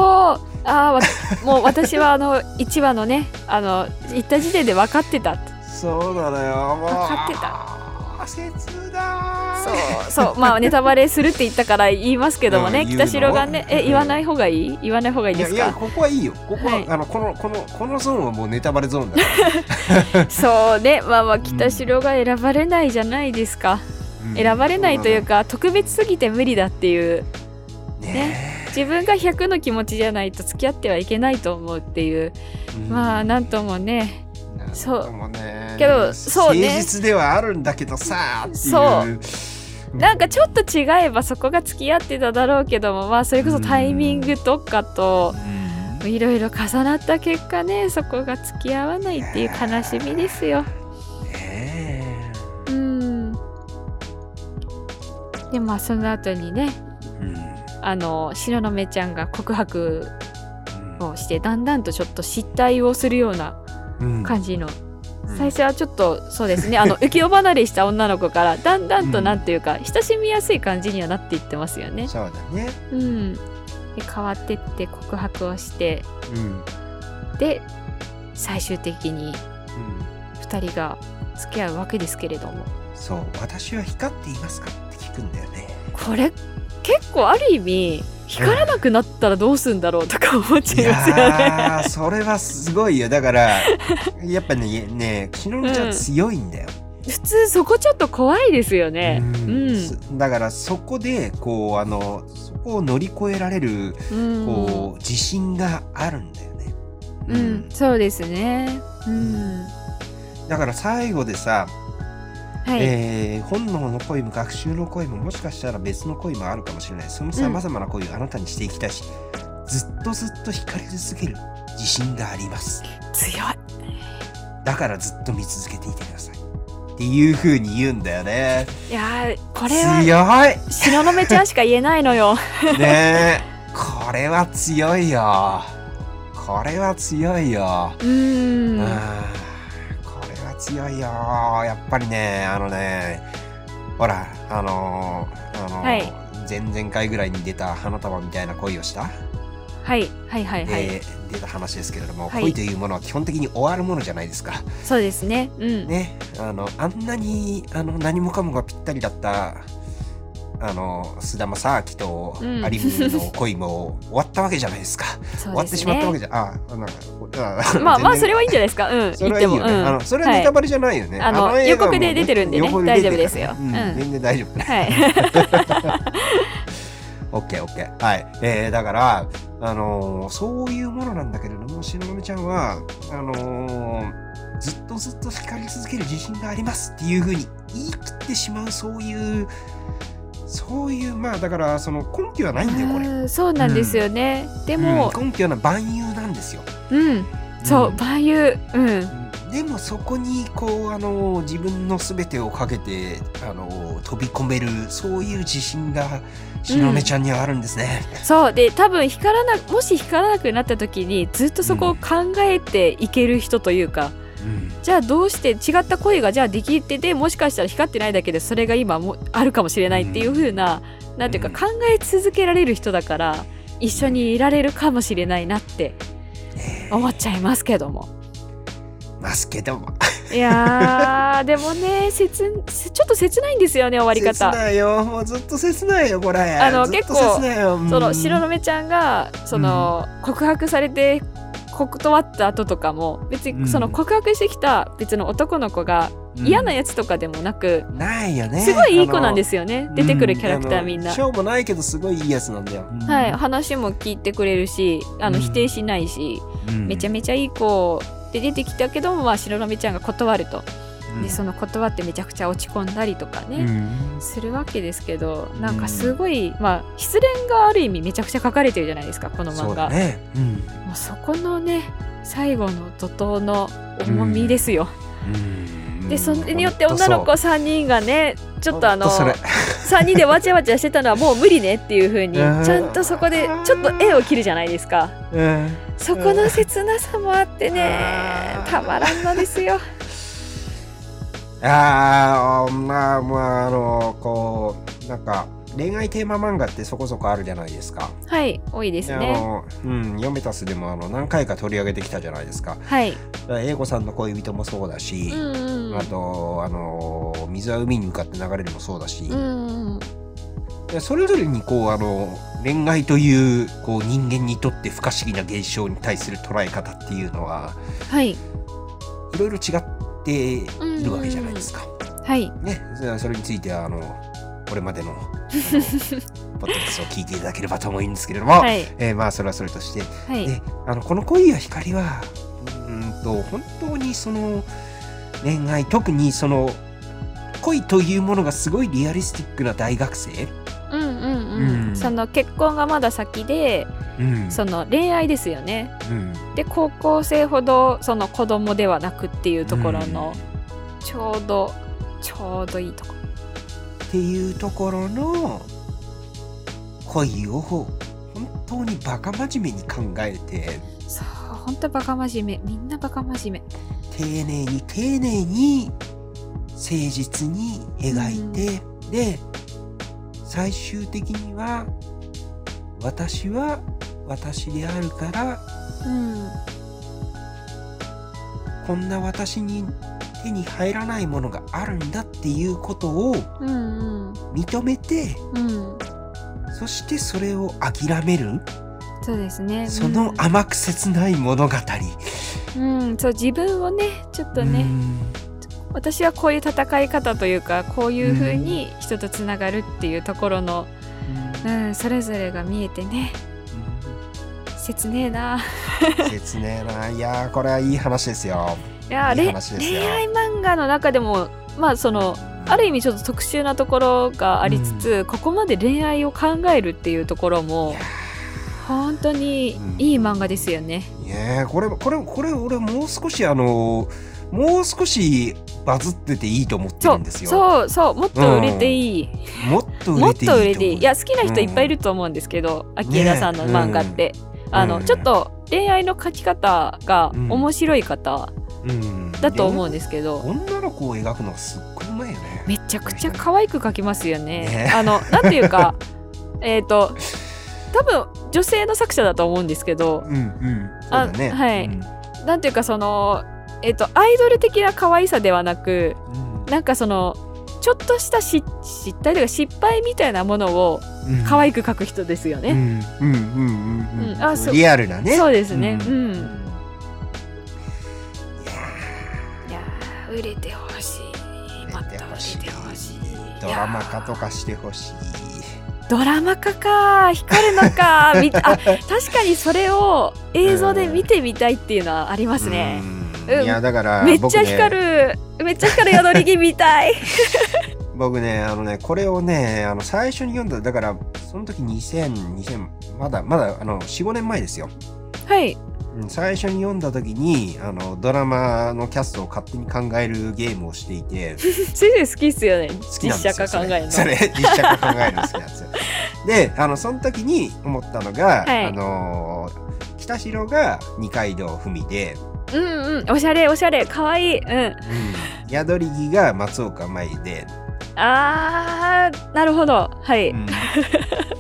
Speaker 2: あーわもう私はあの1話 のねあの言った時点で分かってたって
Speaker 1: そうなのよもう
Speaker 2: 分かってた
Speaker 1: た切だー
Speaker 2: そうそうまあネタバレするって言ったから言いますけどもね、
Speaker 1: うん言うの
Speaker 2: 北城がねえ言わない方がいい言わない方がいい
Speaker 1: い
Speaker 2: で
Speaker 1: や
Speaker 2: す
Speaker 1: い
Speaker 2: か
Speaker 1: やここはいいよここは、
Speaker 2: はい
Speaker 1: あのこのこのこのゾーンはもうネタバレゾーンだから、
Speaker 2: そうねまあまあ北城が選ばれないじゃないですか、
Speaker 1: うん
Speaker 2: 選ばれないというか特別すぎて無理だっていう
Speaker 1: ね
Speaker 2: 自分が100の気持ちじゃないと付き合ってはいけないと思うっていうまあなんともねそう
Speaker 1: なんともね
Speaker 2: けどそうね
Speaker 1: 誠実ではあるんだけどさっていう
Speaker 2: そうなんかちょっと違えばそこが付き合ってただろうけどもまあそれこそタイミングとかと
Speaker 1: うん
Speaker 2: いろいろ重なった結果ねそこが付き合わないっていう悲しみですよ。
Speaker 1: ね
Speaker 2: うんでまあその後にね
Speaker 1: えうん
Speaker 2: あの東雲ちゃんが告白をしてだんだんとちょっと失態をするような
Speaker 1: うん
Speaker 2: 感じの
Speaker 1: うん
Speaker 2: 最初はちょっとそうですねあの浮世離れした女の子からだんだんとなんというか親しみやすい感じにはなっていってますよね。
Speaker 1: そうだね
Speaker 2: うん、で変わってって告白をして
Speaker 1: うんうん
Speaker 2: で最終的に2人が付き合うわけですけれども
Speaker 1: そう私は光っていますかって聞くんだよね
Speaker 2: これ結構ある意味光らなくなったらどうすんだろうとか思っちゃいますよね。
Speaker 1: やーそれはすごいよだからやっぱねねしのぶちゃ
Speaker 2: うんん
Speaker 1: 強いんだよ、
Speaker 2: 普通そこちょっと怖いですよね。う
Speaker 1: うん
Speaker 2: ん
Speaker 1: すだからそこでこうあのそこを乗り越えられる
Speaker 2: うん
Speaker 1: こう自信があるんだよね、
Speaker 2: うんそうですね。うん
Speaker 1: だから最後でさ、
Speaker 2: はい
Speaker 1: えー本能の恋も学習の恋ももしかしたら別の恋もあるかもしれないそのさまざまな恋をあなたにしていきたいし、ずっとずっと光り続ける自信があります
Speaker 2: 強い
Speaker 1: だからずっと見続けていてくださいっていう風に言うんだよね
Speaker 2: いやーこれ
Speaker 1: 強
Speaker 2: は
Speaker 1: い
Speaker 2: 東雲ちゃんしか言えない のよ。
Speaker 1: ねえこれは強いよこれは強いよ、
Speaker 2: う
Speaker 1: うんん、これは強いよやっぱりねあのねほらあのーあのー
Speaker 2: はい
Speaker 1: 前々回ぐらいに出た花束みたいな恋をした、
Speaker 2: はいはいはいはい
Speaker 1: で出た話ですけれども、
Speaker 2: はい
Speaker 1: 恋というものは基本的に終わるものじゃないですか
Speaker 2: そうですね。うん
Speaker 1: ねあのあんなにあの何もかもがぴったりだったあの菅田将暉と
Speaker 2: うん
Speaker 1: アリムの恋も終わったわけじゃないですか、
Speaker 2: そ
Speaker 1: 終
Speaker 2: う
Speaker 1: わっ
Speaker 2: で
Speaker 1: てし
Speaker 2: す
Speaker 1: まったわ
Speaker 2: ね
Speaker 1: け。じゃああなんかあ
Speaker 2: まあま
Speaker 1: 全
Speaker 2: あ
Speaker 1: 然
Speaker 2: それはいいんじゃないですか。うん
Speaker 1: それ
Speaker 2: 言っ
Speaker 1: はい
Speaker 2: て
Speaker 1: い
Speaker 2: も。
Speaker 1: よね、
Speaker 2: うん
Speaker 1: あのそれはネタバレじゃないよね、
Speaker 2: はいあ
Speaker 1: の
Speaker 2: の
Speaker 1: 映画は
Speaker 2: 予告で出てるんでね
Speaker 1: 予告出てるから
Speaker 2: 大丈夫ですよ
Speaker 1: うん
Speaker 2: うん
Speaker 1: 全然大丈夫
Speaker 2: はい。
Speaker 1: オッケーオッケーはい、えー、だからあのーそういうものなんだけれどもしのぶみちゃんはあのーずっとずっと光り続ける自信がありますっていうふうに言い切ってしまうそういうそういうまあだからその根拠はないんだよこ れ、
Speaker 2: うんそうなんですよね。でも、
Speaker 1: うん根拠は万有なんですよ、
Speaker 2: うん、そう、
Speaker 1: ん
Speaker 2: 万有、うん、
Speaker 1: でもそこにこうあの自分の全てをかけてあの飛び込めるそういう自信がしのめちゃんにはあるんですね。
Speaker 2: そうで多分光らなもし光らなくなった時にずっとそこを考えていける人というか、じゃあどうして違った声がじゃあできててもしかしたら光ってないだけでそれが今もあるかもしれないっていう風な、なんていうか
Speaker 1: うん
Speaker 2: 考え続けられる人だから一緒にいられるかもしれないなって
Speaker 1: ね
Speaker 2: 思っちゃいますけども。
Speaker 1: ますけども。
Speaker 2: いやーで もね切んちょっと切ないんですよね終わり方。
Speaker 1: 切ないよもうずっと切ないよこれ。
Speaker 2: あの
Speaker 1: ずっと
Speaker 2: 結構
Speaker 1: 切ないよ
Speaker 2: その
Speaker 1: 白
Speaker 2: 白
Speaker 1: の
Speaker 2: 目ちゃんがその、告白されて断った後とかも別
Speaker 1: うん
Speaker 2: にその告白してきた別の男の子が嫌な
Speaker 1: や
Speaker 2: やつとかでもなく、
Speaker 1: ないよね。。
Speaker 2: すごいいい子なんですすよね出てくる
Speaker 1: う
Speaker 2: キャラクターみん
Speaker 1: あ
Speaker 2: な
Speaker 1: のし。ょうもないけどすごいいいやつなんだよ。
Speaker 2: はい、話も聞いてくれるしあ
Speaker 1: う
Speaker 2: の
Speaker 1: ん
Speaker 2: 否定しないし、めちゃ
Speaker 1: めち
Speaker 2: めちゃいい子で出てきたけども、まあ、白目ちゃんが断ると、
Speaker 1: ゃ
Speaker 2: でその断ってめちゃくちゃ落ち込んだりとかね、するわけですけどなんかすごい、まあ失恋がある意味めちゃくちゃ書かれてるじゃないですかこの漫画。
Speaker 1: そうだね。うん
Speaker 2: もうそこのね最後の怒涛の重みですよ、
Speaker 1: うん
Speaker 2: でそれによって女の子3人がねちょっとあの
Speaker 1: ほんとそれ
Speaker 2: 3人でわちゃわちゃしてたのはもう無理ねっていう風にち
Speaker 1: うん
Speaker 2: ゃんとそこでちょっと絵を切るじゃないですか
Speaker 1: うん
Speaker 2: そこの切なさもあってね
Speaker 1: うん
Speaker 2: たまらんのですよ
Speaker 1: ああ、まあ、まあ、あの、こう、なんか、恋愛テーマ漫画ってそこそこあるじゃないですか。
Speaker 2: はい多いです
Speaker 1: あ
Speaker 2: ね
Speaker 1: の、うん、ヨメタスでもあの何回か取り上げてきたじゃないですか。
Speaker 2: はい
Speaker 1: だから英子さんの恋人もそうだし、
Speaker 2: うんうん
Speaker 1: あと、あの、水は海に向かって流れるもそうだし、
Speaker 2: うんうん
Speaker 1: でそれぞれにこう、あの、恋愛という、こう、人間にとって不可思議な現象に対する捉え方っていうのは、
Speaker 2: はい
Speaker 1: いろいろ違っているわけじゃないですか。
Speaker 2: はい
Speaker 1: ね、そそれについてはあのこれまでのあのポッドキャストを聞いていただければと思うんですけれども、
Speaker 2: はい
Speaker 1: えーまあそれはそれとして
Speaker 2: はい、
Speaker 1: ねあのこの「恋や光は」うーんと本当にその恋愛特にその恋というものがすごいリアリスティックな大学生、
Speaker 2: うんうんうん、
Speaker 1: うん
Speaker 2: その結婚がまだ先で
Speaker 1: うん
Speaker 2: その恋愛ですよね
Speaker 1: うん
Speaker 2: で高校生ほどその子供ではなくっていうところのちょうどちょうどいいとこ
Speaker 1: っていうところの恋を本当にバカ真面目に考えて
Speaker 2: そうほんとバカ真面目みんなバカ真面目
Speaker 1: 丁寧に丁寧に誠実に描いて、で最終的には私は私であるから
Speaker 2: うん
Speaker 1: こんな私に手に入らないものがあるんだっていうことを
Speaker 2: うんうん
Speaker 1: 認めて
Speaker 2: うん
Speaker 1: そしてそれを諦める
Speaker 2: そうですね
Speaker 1: その甘く切ない物語。
Speaker 2: うん、うんそう自分をねちょっと
Speaker 1: う
Speaker 2: ね
Speaker 1: ん
Speaker 2: 私はこういう戦い方というかこういう風に人とつながるっていうところの、うん、それぞれが見えてね切ねえな
Speaker 1: 切ねえないやーこれはいい話ですよ。
Speaker 2: いや
Speaker 1: い
Speaker 2: ー
Speaker 1: い
Speaker 2: れ
Speaker 1: 話ですよ
Speaker 2: 恋愛漫画の中でもまあそのある意味ちょっと特殊なところがありつつ、ここまで恋愛を考えるっていうところも本当にいい漫画ですよね。
Speaker 1: ねえこれこれこれ俺もう少しあのもう少しバズってていいと思って
Speaker 2: そ
Speaker 1: る
Speaker 2: うん
Speaker 1: ですよ。
Speaker 2: そうそうもっと売れていい、
Speaker 1: もっと売
Speaker 2: も
Speaker 1: れ
Speaker 2: って
Speaker 1: いい
Speaker 2: と売れていいい
Speaker 1: と思
Speaker 2: や好きな人いっぱいいると思うんですけど、秋枝さんの漫画って、あの
Speaker 1: うん
Speaker 2: ちょっと恋愛の描き方が面白い方
Speaker 1: う、うん
Speaker 2: だと思うん
Speaker 1: で
Speaker 2: ですけど、
Speaker 1: 女の子を描くのがすっごいうまいよね。
Speaker 2: めちゃくちゃ可愛く描きますよね。
Speaker 1: ね
Speaker 2: あのなんてい うかえっと多分女性の作者だと思うんですけど
Speaker 1: うんうんそうだね。
Speaker 2: あはい
Speaker 1: うん
Speaker 2: なんていうかそのえっ、とアイドル的な可愛さではなくなんかそのちょっとしたし失態というか失敗みたいなものを
Speaker 1: うん
Speaker 2: 可愛く描く人ですよね。
Speaker 1: うんうんうんうん
Speaker 2: う
Speaker 1: うんん。
Speaker 2: あそう
Speaker 1: リアルなね。
Speaker 2: そうですね。う
Speaker 1: う
Speaker 2: ん。
Speaker 1: んいや
Speaker 2: いやー売れてほしい。
Speaker 1: ー
Speaker 2: もっ
Speaker 1: 売れ
Speaker 2: と
Speaker 1: て
Speaker 2: 売
Speaker 1: ほしい
Speaker 2: れてほしい。
Speaker 1: ドラマ化とかしてほしい。
Speaker 2: ドラマ化か光るのかみ あ確かにそれを映像で見てみたいっていうのはありますね、
Speaker 1: うん
Speaker 2: うん
Speaker 1: いやだから
Speaker 2: めっちゃ
Speaker 1: 僕ね
Speaker 2: 光る、めっちゃ光る宿り着みた い
Speaker 1: 僕ねあのねこれをねあの最初に読んだだからその時2000 2000まだまだあの45年前ですよ
Speaker 2: はい
Speaker 1: うん最初に読んだ時にあのドラマのキャストを勝手に考えるゲームをしてい て
Speaker 2: 先生好きっすよね
Speaker 1: 好き
Speaker 2: 実
Speaker 1: なんで
Speaker 2: 写
Speaker 1: すよ
Speaker 2: 化考えるの
Speaker 1: それそれ実写化考えるの好きなん ですよであのその時に思ったのが、
Speaker 2: はい
Speaker 1: あの北城が二階堂ふみで、
Speaker 2: うんうんおしゃれおしゃれかわいいうん
Speaker 1: うん、宿り木が松岡茉優で
Speaker 2: あーなるほどはい、
Speaker 1: うん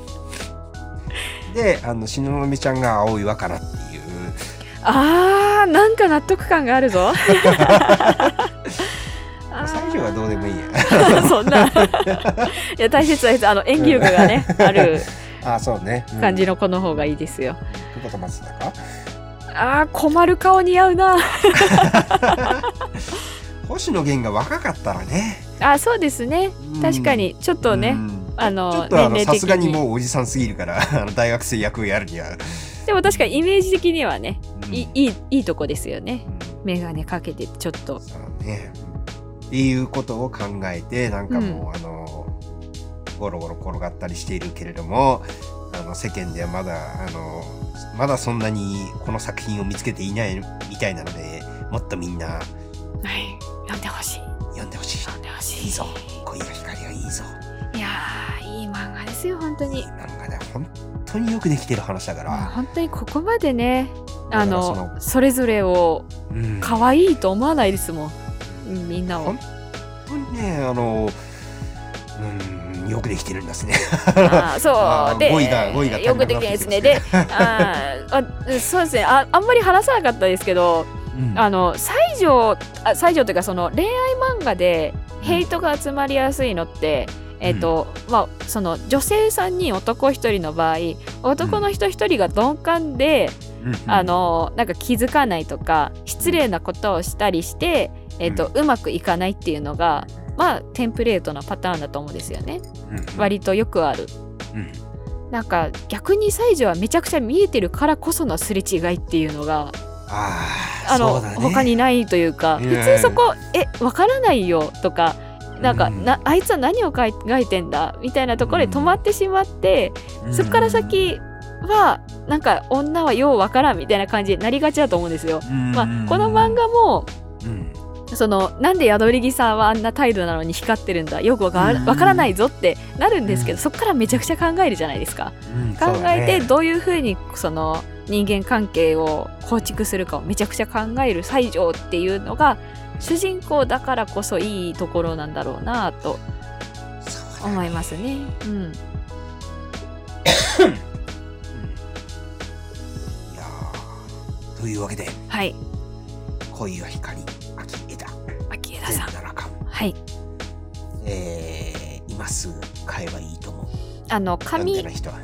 Speaker 1: であの東雲ちゃんが青い若菜っていう
Speaker 2: あーなんか納得感があ るぞ
Speaker 1: 最初はどうでもいいや
Speaker 2: そんないや大切大切あの演技力がねある
Speaker 1: あそうね、うん
Speaker 2: 感じの子の方がいいですよ、
Speaker 1: 久保田松だか
Speaker 2: あー困る顔似合うな
Speaker 1: 星野源が若かったらね
Speaker 2: あそうですね
Speaker 1: うん
Speaker 2: 確かにちょっとね、
Speaker 1: うん
Speaker 2: あ
Speaker 1: ちょ
Speaker 2: の
Speaker 1: っとあの
Speaker 2: 年齢
Speaker 1: さ
Speaker 2: 的
Speaker 1: すがに
Speaker 2: に
Speaker 1: もうおじさんすぎるから あの大学生役をやるには、
Speaker 2: でも確かにイメージ的にはね、
Speaker 1: うん
Speaker 2: いいいいいいとこですよね
Speaker 1: うん
Speaker 2: 眼鏡かけてちょっと
Speaker 1: そうねっていうことを考えてなんかもう、あのゴロゴロ転がったりしているけれどもあの世間ではまだあのまだそんなにこの作品を見つけていないみたいなのでもっとみんな
Speaker 2: はい読んでほしい
Speaker 1: 読んでほしい
Speaker 2: 読んでほしい
Speaker 1: いいぞ恋が光はいいぞ
Speaker 2: いやーいい漫画ですよ本当に
Speaker 1: なんかね本当によくできてる話だか
Speaker 2: もう
Speaker 1: ら、
Speaker 2: 本当にここまでね
Speaker 1: だから
Speaker 2: あのそれぞれを
Speaker 1: うん
Speaker 2: 可愛いと思わないですもんみんなを
Speaker 1: 本当にね、あの、うん、よくできてるんです ね。
Speaker 2: あーそ
Speaker 1: あ
Speaker 2: う
Speaker 1: ー
Speaker 2: で
Speaker 1: 語彙が語彙が足りな
Speaker 2: よ
Speaker 1: くな
Speaker 2: く
Speaker 1: って
Speaker 2: で
Speaker 1: き
Speaker 2: き
Speaker 1: て
Speaker 2: な
Speaker 1: ま
Speaker 2: いですす
Speaker 1: ね
Speaker 2: ねであーあそうですねああんまり話さなかったですけど
Speaker 1: うん
Speaker 2: あの西条あ西条というかその恋愛漫画でヘイトが集まりやすいのって、えっ、と、まあその女性3人男1人の場合男の人1人が鈍感で、
Speaker 1: うん
Speaker 2: あ、のなんか気づかないとか失礼なことをしたりして、えっとうまくいかないっていうのがまあテンプレートのパターンだと思うんですよね
Speaker 1: うん
Speaker 2: 割とよくある。
Speaker 1: うん
Speaker 2: なんか逆に西条はめちゃくちゃ見えてるからこそのすれ違いっていうのが
Speaker 1: ああ、
Speaker 2: あの、
Speaker 1: そうだね
Speaker 2: 他にないというか
Speaker 1: うん
Speaker 2: 普通そこ「えわからないよ」とか「なんか、
Speaker 1: うん
Speaker 2: なあいつは何を書い書いてんだ」みたいなところで止まってしまって、そこから先はなんか女はようわからんみたいな感じになりがちだと思うんですよ。
Speaker 1: うん、
Speaker 2: まあ、この漫画も
Speaker 1: うん、
Speaker 2: そのなんで宿り木さんはあんな態度なのに光ってるんだよくわか
Speaker 1: うん
Speaker 2: わからないぞってなるんですけ
Speaker 1: う
Speaker 2: どそこからめちゃくちゃ考えるじゃないですか。
Speaker 1: うん
Speaker 2: 考えて
Speaker 1: そうだね
Speaker 2: どういうふうにその人間関係を構築するかをめちゃくちゃ考える西条っていうのが主人公だからこそいいところなんだろうなと
Speaker 1: そうだね
Speaker 2: 思いますね。うん、
Speaker 1: うんいやーというわけで
Speaker 2: はい
Speaker 1: 恋は光秋枝
Speaker 2: 秋枝
Speaker 1: 全
Speaker 2: さん、
Speaker 1: 7巻
Speaker 2: はい、
Speaker 1: えー、今すぐ買えばいいと思う
Speaker 2: あの
Speaker 1: 読んで
Speaker 2: 紙
Speaker 1: ない人は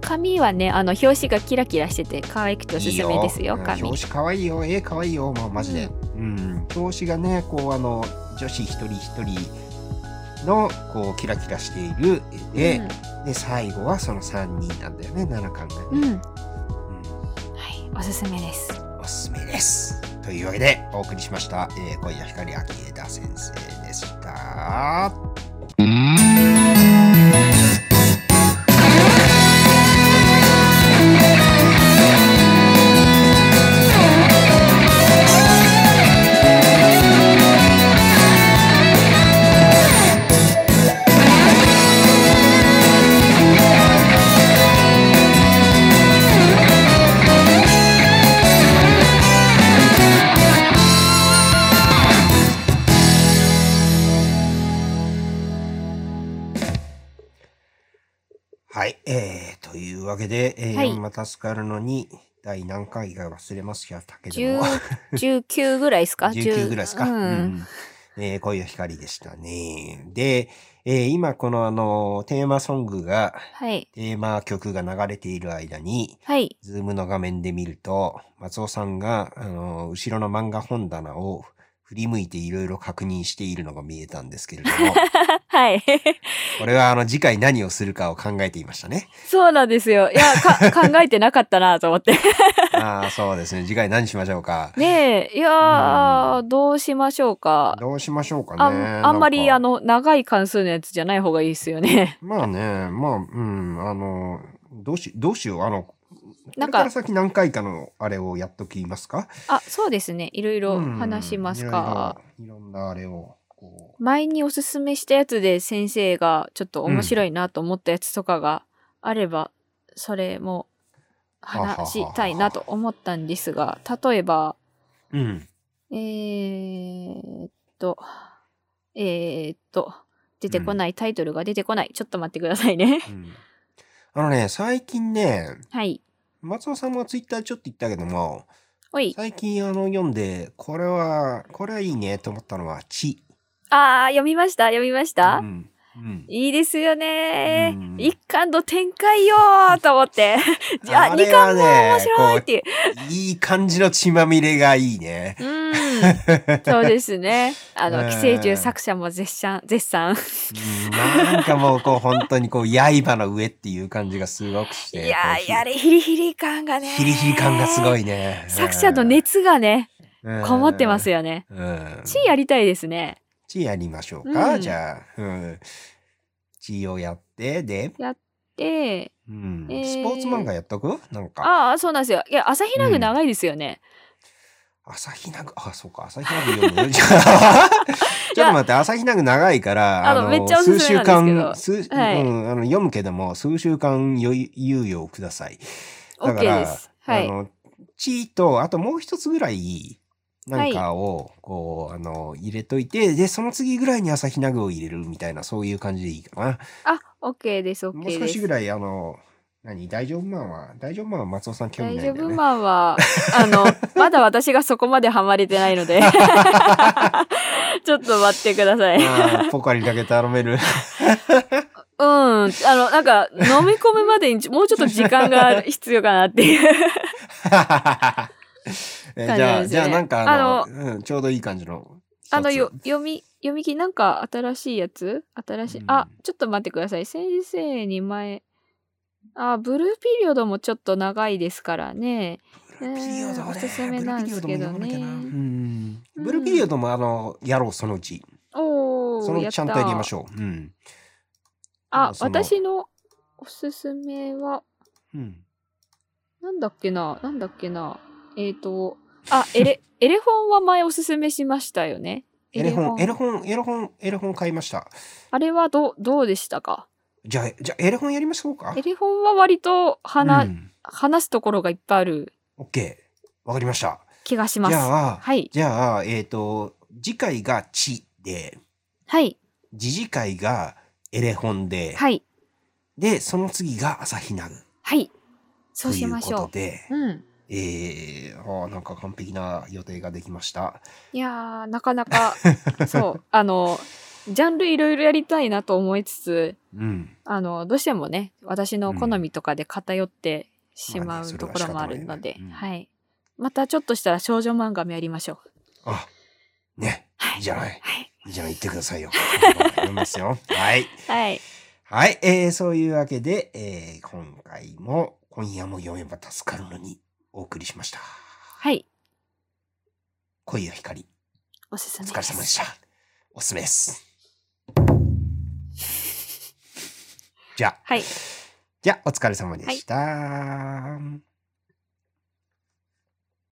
Speaker 2: 紙はねあの表紙がキラキラしてて可愛くておすすめですよ
Speaker 1: いいうん
Speaker 2: 紙
Speaker 1: 表紙かわいいよ絵かわいいよもうマジで、うん表紙がねこうあの女子一人一人のこうキラキラしている絵で、で最後はその3人なんだよね7巻が
Speaker 2: う
Speaker 1: ね、
Speaker 2: ん、うんは
Speaker 1: うん
Speaker 2: い、おすすめです。
Speaker 1: おすすめです。というわけでお送りしました、えー、今夜光秋枝先生でした。はい、えー、というわけで、えー
Speaker 2: はい
Speaker 1: また助かるのに第何回か忘れますけど、だけど
Speaker 2: 10
Speaker 1: も
Speaker 2: 19ぐらいですか
Speaker 1: 19ぐらいですか。
Speaker 2: うん
Speaker 1: うんえー、今夜光でしたね。で、えー今このあのテーマソングが
Speaker 2: はい
Speaker 1: テーマ曲が流れている間に、
Speaker 2: はい
Speaker 1: ズームの画面で見ると、松尾さんが、あの、後ろの漫画本棚を振り向いていろいろ確認しているのが見えたんですけれど も、
Speaker 2: はい
Speaker 1: これはあの、次回何をするかを考えていましたね。
Speaker 2: そうなんですよ。いや、 か考えてなかったなと思って。
Speaker 1: ああ、そうですね。次回何しましょうか。
Speaker 2: ねえ、いやー、どうしましょうか。
Speaker 1: どうしましょうかね。
Speaker 2: あ
Speaker 1: なん
Speaker 2: ん
Speaker 1: か
Speaker 2: あんまり、あ、の、長い関数のやつじゃない方がいいですよね。
Speaker 1: まあね、まあ、うん、あの、どうし、どうしよう。あの、な
Speaker 2: な
Speaker 1: んんか、
Speaker 2: か
Speaker 1: から先何回かのあれをやっときますか。
Speaker 2: あ、そうですね。いろいろ
Speaker 1: うん
Speaker 2: 話しますか。。
Speaker 1: いろいろいろんなあれを、こ
Speaker 2: 前におすすめしたやつで先生がちょっと面白いなと思ったやつとかがあれば、それも話したいなと思ったんですが、例えば、
Speaker 1: う。うん。
Speaker 2: えー、っと、えー、っと、出てこない、タイトルが出てこない。ちょっと待ってくださいね。
Speaker 1: うんあのね、最近ね、
Speaker 2: はい。
Speaker 1: 松尾さんもツイッターちょっと言ったけども、
Speaker 2: おい。
Speaker 1: 最近あの読んで、これは、これはいいねと思ったのは、地。
Speaker 2: あー、読みました読みました、
Speaker 1: うん。うん。
Speaker 2: いいですよね
Speaker 1: うん
Speaker 2: 一巻の展開よーと思って。じゃあ、
Speaker 1: あ
Speaker 2: 二
Speaker 1: れは
Speaker 2: 巻
Speaker 1: ね
Speaker 2: も面白いっていう。
Speaker 1: いい感じの血まみれがいいね。
Speaker 2: うーん。そうですね。あ
Speaker 1: う
Speaker 2: の、
Speaker 1: ん
Speaker 2: 寄生獣作者も絶賛、絶賛。
Speaker 1: うんなんかもう、こう、本当にこう、刃の上っていう感じがすごくし
Speaker 2: い
Speaker 1: て。
Speaker 2: や
Speaker 1: こう
Speaker 2: ー、あれ、ヒリヒリ感がね。
Speaker 1: ヒリヒリ感がすご
Speaker 2: い。
Speaker 1: いね。
Speaker 2: 作者の熱がね、こもってます
Speaker 1: よ。
Speaker 2: よね。
Speaker 1: うん。
Speaker 2: 地やりたいですね。
Speaker 1: 地やりましょうか、
Speaker 2: うん
Speaker 1: じゃあ。うん。地をやって、で、
Speaker 2: で、
Speaker 1: うん
Speaker 2: えー
Speaker 1: スポーツ漫画やっとくなんか。
Speaker 2: ああ、そうなんですよ。いや、朝日奈
Speaker 1: う
Speaker 2: 具
Speaker 1: ん
Speaker 2: 長いですよね。
Speaker 1: 朝日奈具、あ、そうか、朝日奈具読む。 ちょっと待って、朝日奈具長いから、
Speaker 2: あのめっちゃお
Speaker 1: 数
Speaker 2: すすめ
Speaker 1: 週
Speaker 2: なん
Speaker 1: 間、
Speaker 2: です
Speaker 1: 数、
Speaker 2: はい
Speaker 1: うん、あの、読むけども、数週間余裕猶予をください。だか
Speaker 2: OK で
Speaker 1: ら
Speaker 2: す。は
Speaker 1: あ
Speaker 2: い。
Speaker 1: の、地と、あともう一つぐらい、なんかを、こう、あの、入れといて、で、その次ぐらいに朝日奈具を入れるみたいな、そういう感じでいいかな。
Speaker 2: あ、OK です、OK
Speaker 1: も
Speaker 2: で
Speaker 1: う少
Speaker 2: す。
Speaker 1: しぐらい、あの、何大丈夫マンは、大丈夫マンは松尾さん興味
Speaker 2: 大
Speaker 1: ない
Speaker 2: 丈
Speaker 1: んだよ
Speaker 2: 夫
Speaker 1: ね。
Speaker 2: マンは、あの、まだ私がそこまでハマれてないので、 ちょっと待ってください。うん、
Speaker 1: あーポカリだけ頼める。
Speaker 2: あの、なんか、飲み込むまでにもうちょっと時間が 必要かなっていう。
Speaker 1: えじ
Speaker 2: 感じ
Speaker 1: ゃあ、
Speaker 2: ですね
Speaker 1: じゃあなんかあの、うん、ちょうどいい感じの。
Speaker 2: あの、よ、、読み、読み切り、なんか新しいやつ新しい、あ、ちょっと待ってください。先生に前、あ、ブルーピリオドもちょっと長いですからね。
Speaker 1: ブルーピリオドね
Speaker 2: えーおすすめなんですけどね
Speaker 1: ブルーピリオドも読まなきゃなうん
Speaker 2: うん
Speaker 1: ブルーピリオドもあの、やろう、そのうち。
Speaker 2: おー、
Speaker 1: そのう
Speaker 2: や
Speaker 1: ち
Speaker 2: っ
Speaker 1: ちゃんと
Speaker 2: た
Speaker 1: やりましょう。うん。
Speaker 2: あ、
Speaker 1: その
Speaker 2: 私のおすすめは、
Speaker 1: うん。
Speaker 2: なんだっけな、なんだっけな。えっ、と、あ、エレ、エレフォンは前おすすめしましたよね。
Speaker 1: エレ本、エレ本、エレ本、エレ本買いました。
Speaker 2: あれはどう、どうでしたか
Speaker 1: じゃあ、じゃあエレ本やりましょうか。
Speaker 2: エレフォンは割と話、
Speaker 1: うん、
Speaker 2: 話すところがいっぱいある
Speaker 1: オッケー。わかりました。
Speaker 2: 気がしま
Speaker 1: じ
Speaker 2: す。
Speaker 1: ゃあ、
Speaker 2: はい。
Speaker 1: じゃあ、えっ、と、次回が地で、
Speaker 2: はい。
Speaker 1: 次次回がエレ本で、
Speaker 2: はい。
Speaker 1: で、その次が朝日奈
Speaker 2: はい。そ
Speaker 1: 具
Speaker 2: う
Speaker 1: とい
Speaker 2: し
Speaker 1: う
Speaker 2: ま
Speaker 1: こ
Speaker 2: しょ
Speaker 1: と
Speaker 2: う。
Speaker 1: で、
Speaker 2: うん。
Speaker 1: えー、あーなんか完璧な予定ができました。
Speaker 2: いやー、なかな か、そう、あの、ジャンルいろいろやりたいなと思いつつ、
Speaker 1: うん。
Speaker 2: あの、どうしてもね、私の好みとかで偏ってし
Speaker 1: まあ
Speaker 2: ま
Speaker 1: ね
Speaker 2: う
Speaker 1: それ
Speaker 2: と
Speaker 1: は
Speaker 2: ころもあるの
Speaker 1: 仕
Speaker 2: で
Speaker 1: 方ない、ねうん
Speaker 2: はい。またちょっとしたら少女漫画もやりましょう。
Speaker 1: あ、ね、いいじゃない。
Speaker 2: はい。
Speaker 1: いいじゃない、言ってくださいよ。読みます よ。はい。
Speaker 2: はい。
Speaker 1: はい、えー、そういうわけで、えー、今回も、今夜も読めば助かるのに、お送りしました。
Speaker 2: はい。
Speaker 1: 恋や光、
Speaker 2: おすす
Speaker 1: お
Speaker 2: め
Speaker 1: 疲れ様で
Speaker 2: です。
Speaker 1: した。おすすめ です。じゃあ、
Speaker 2: はい。
Speaker 1: じゃあ、お疲れ様でした。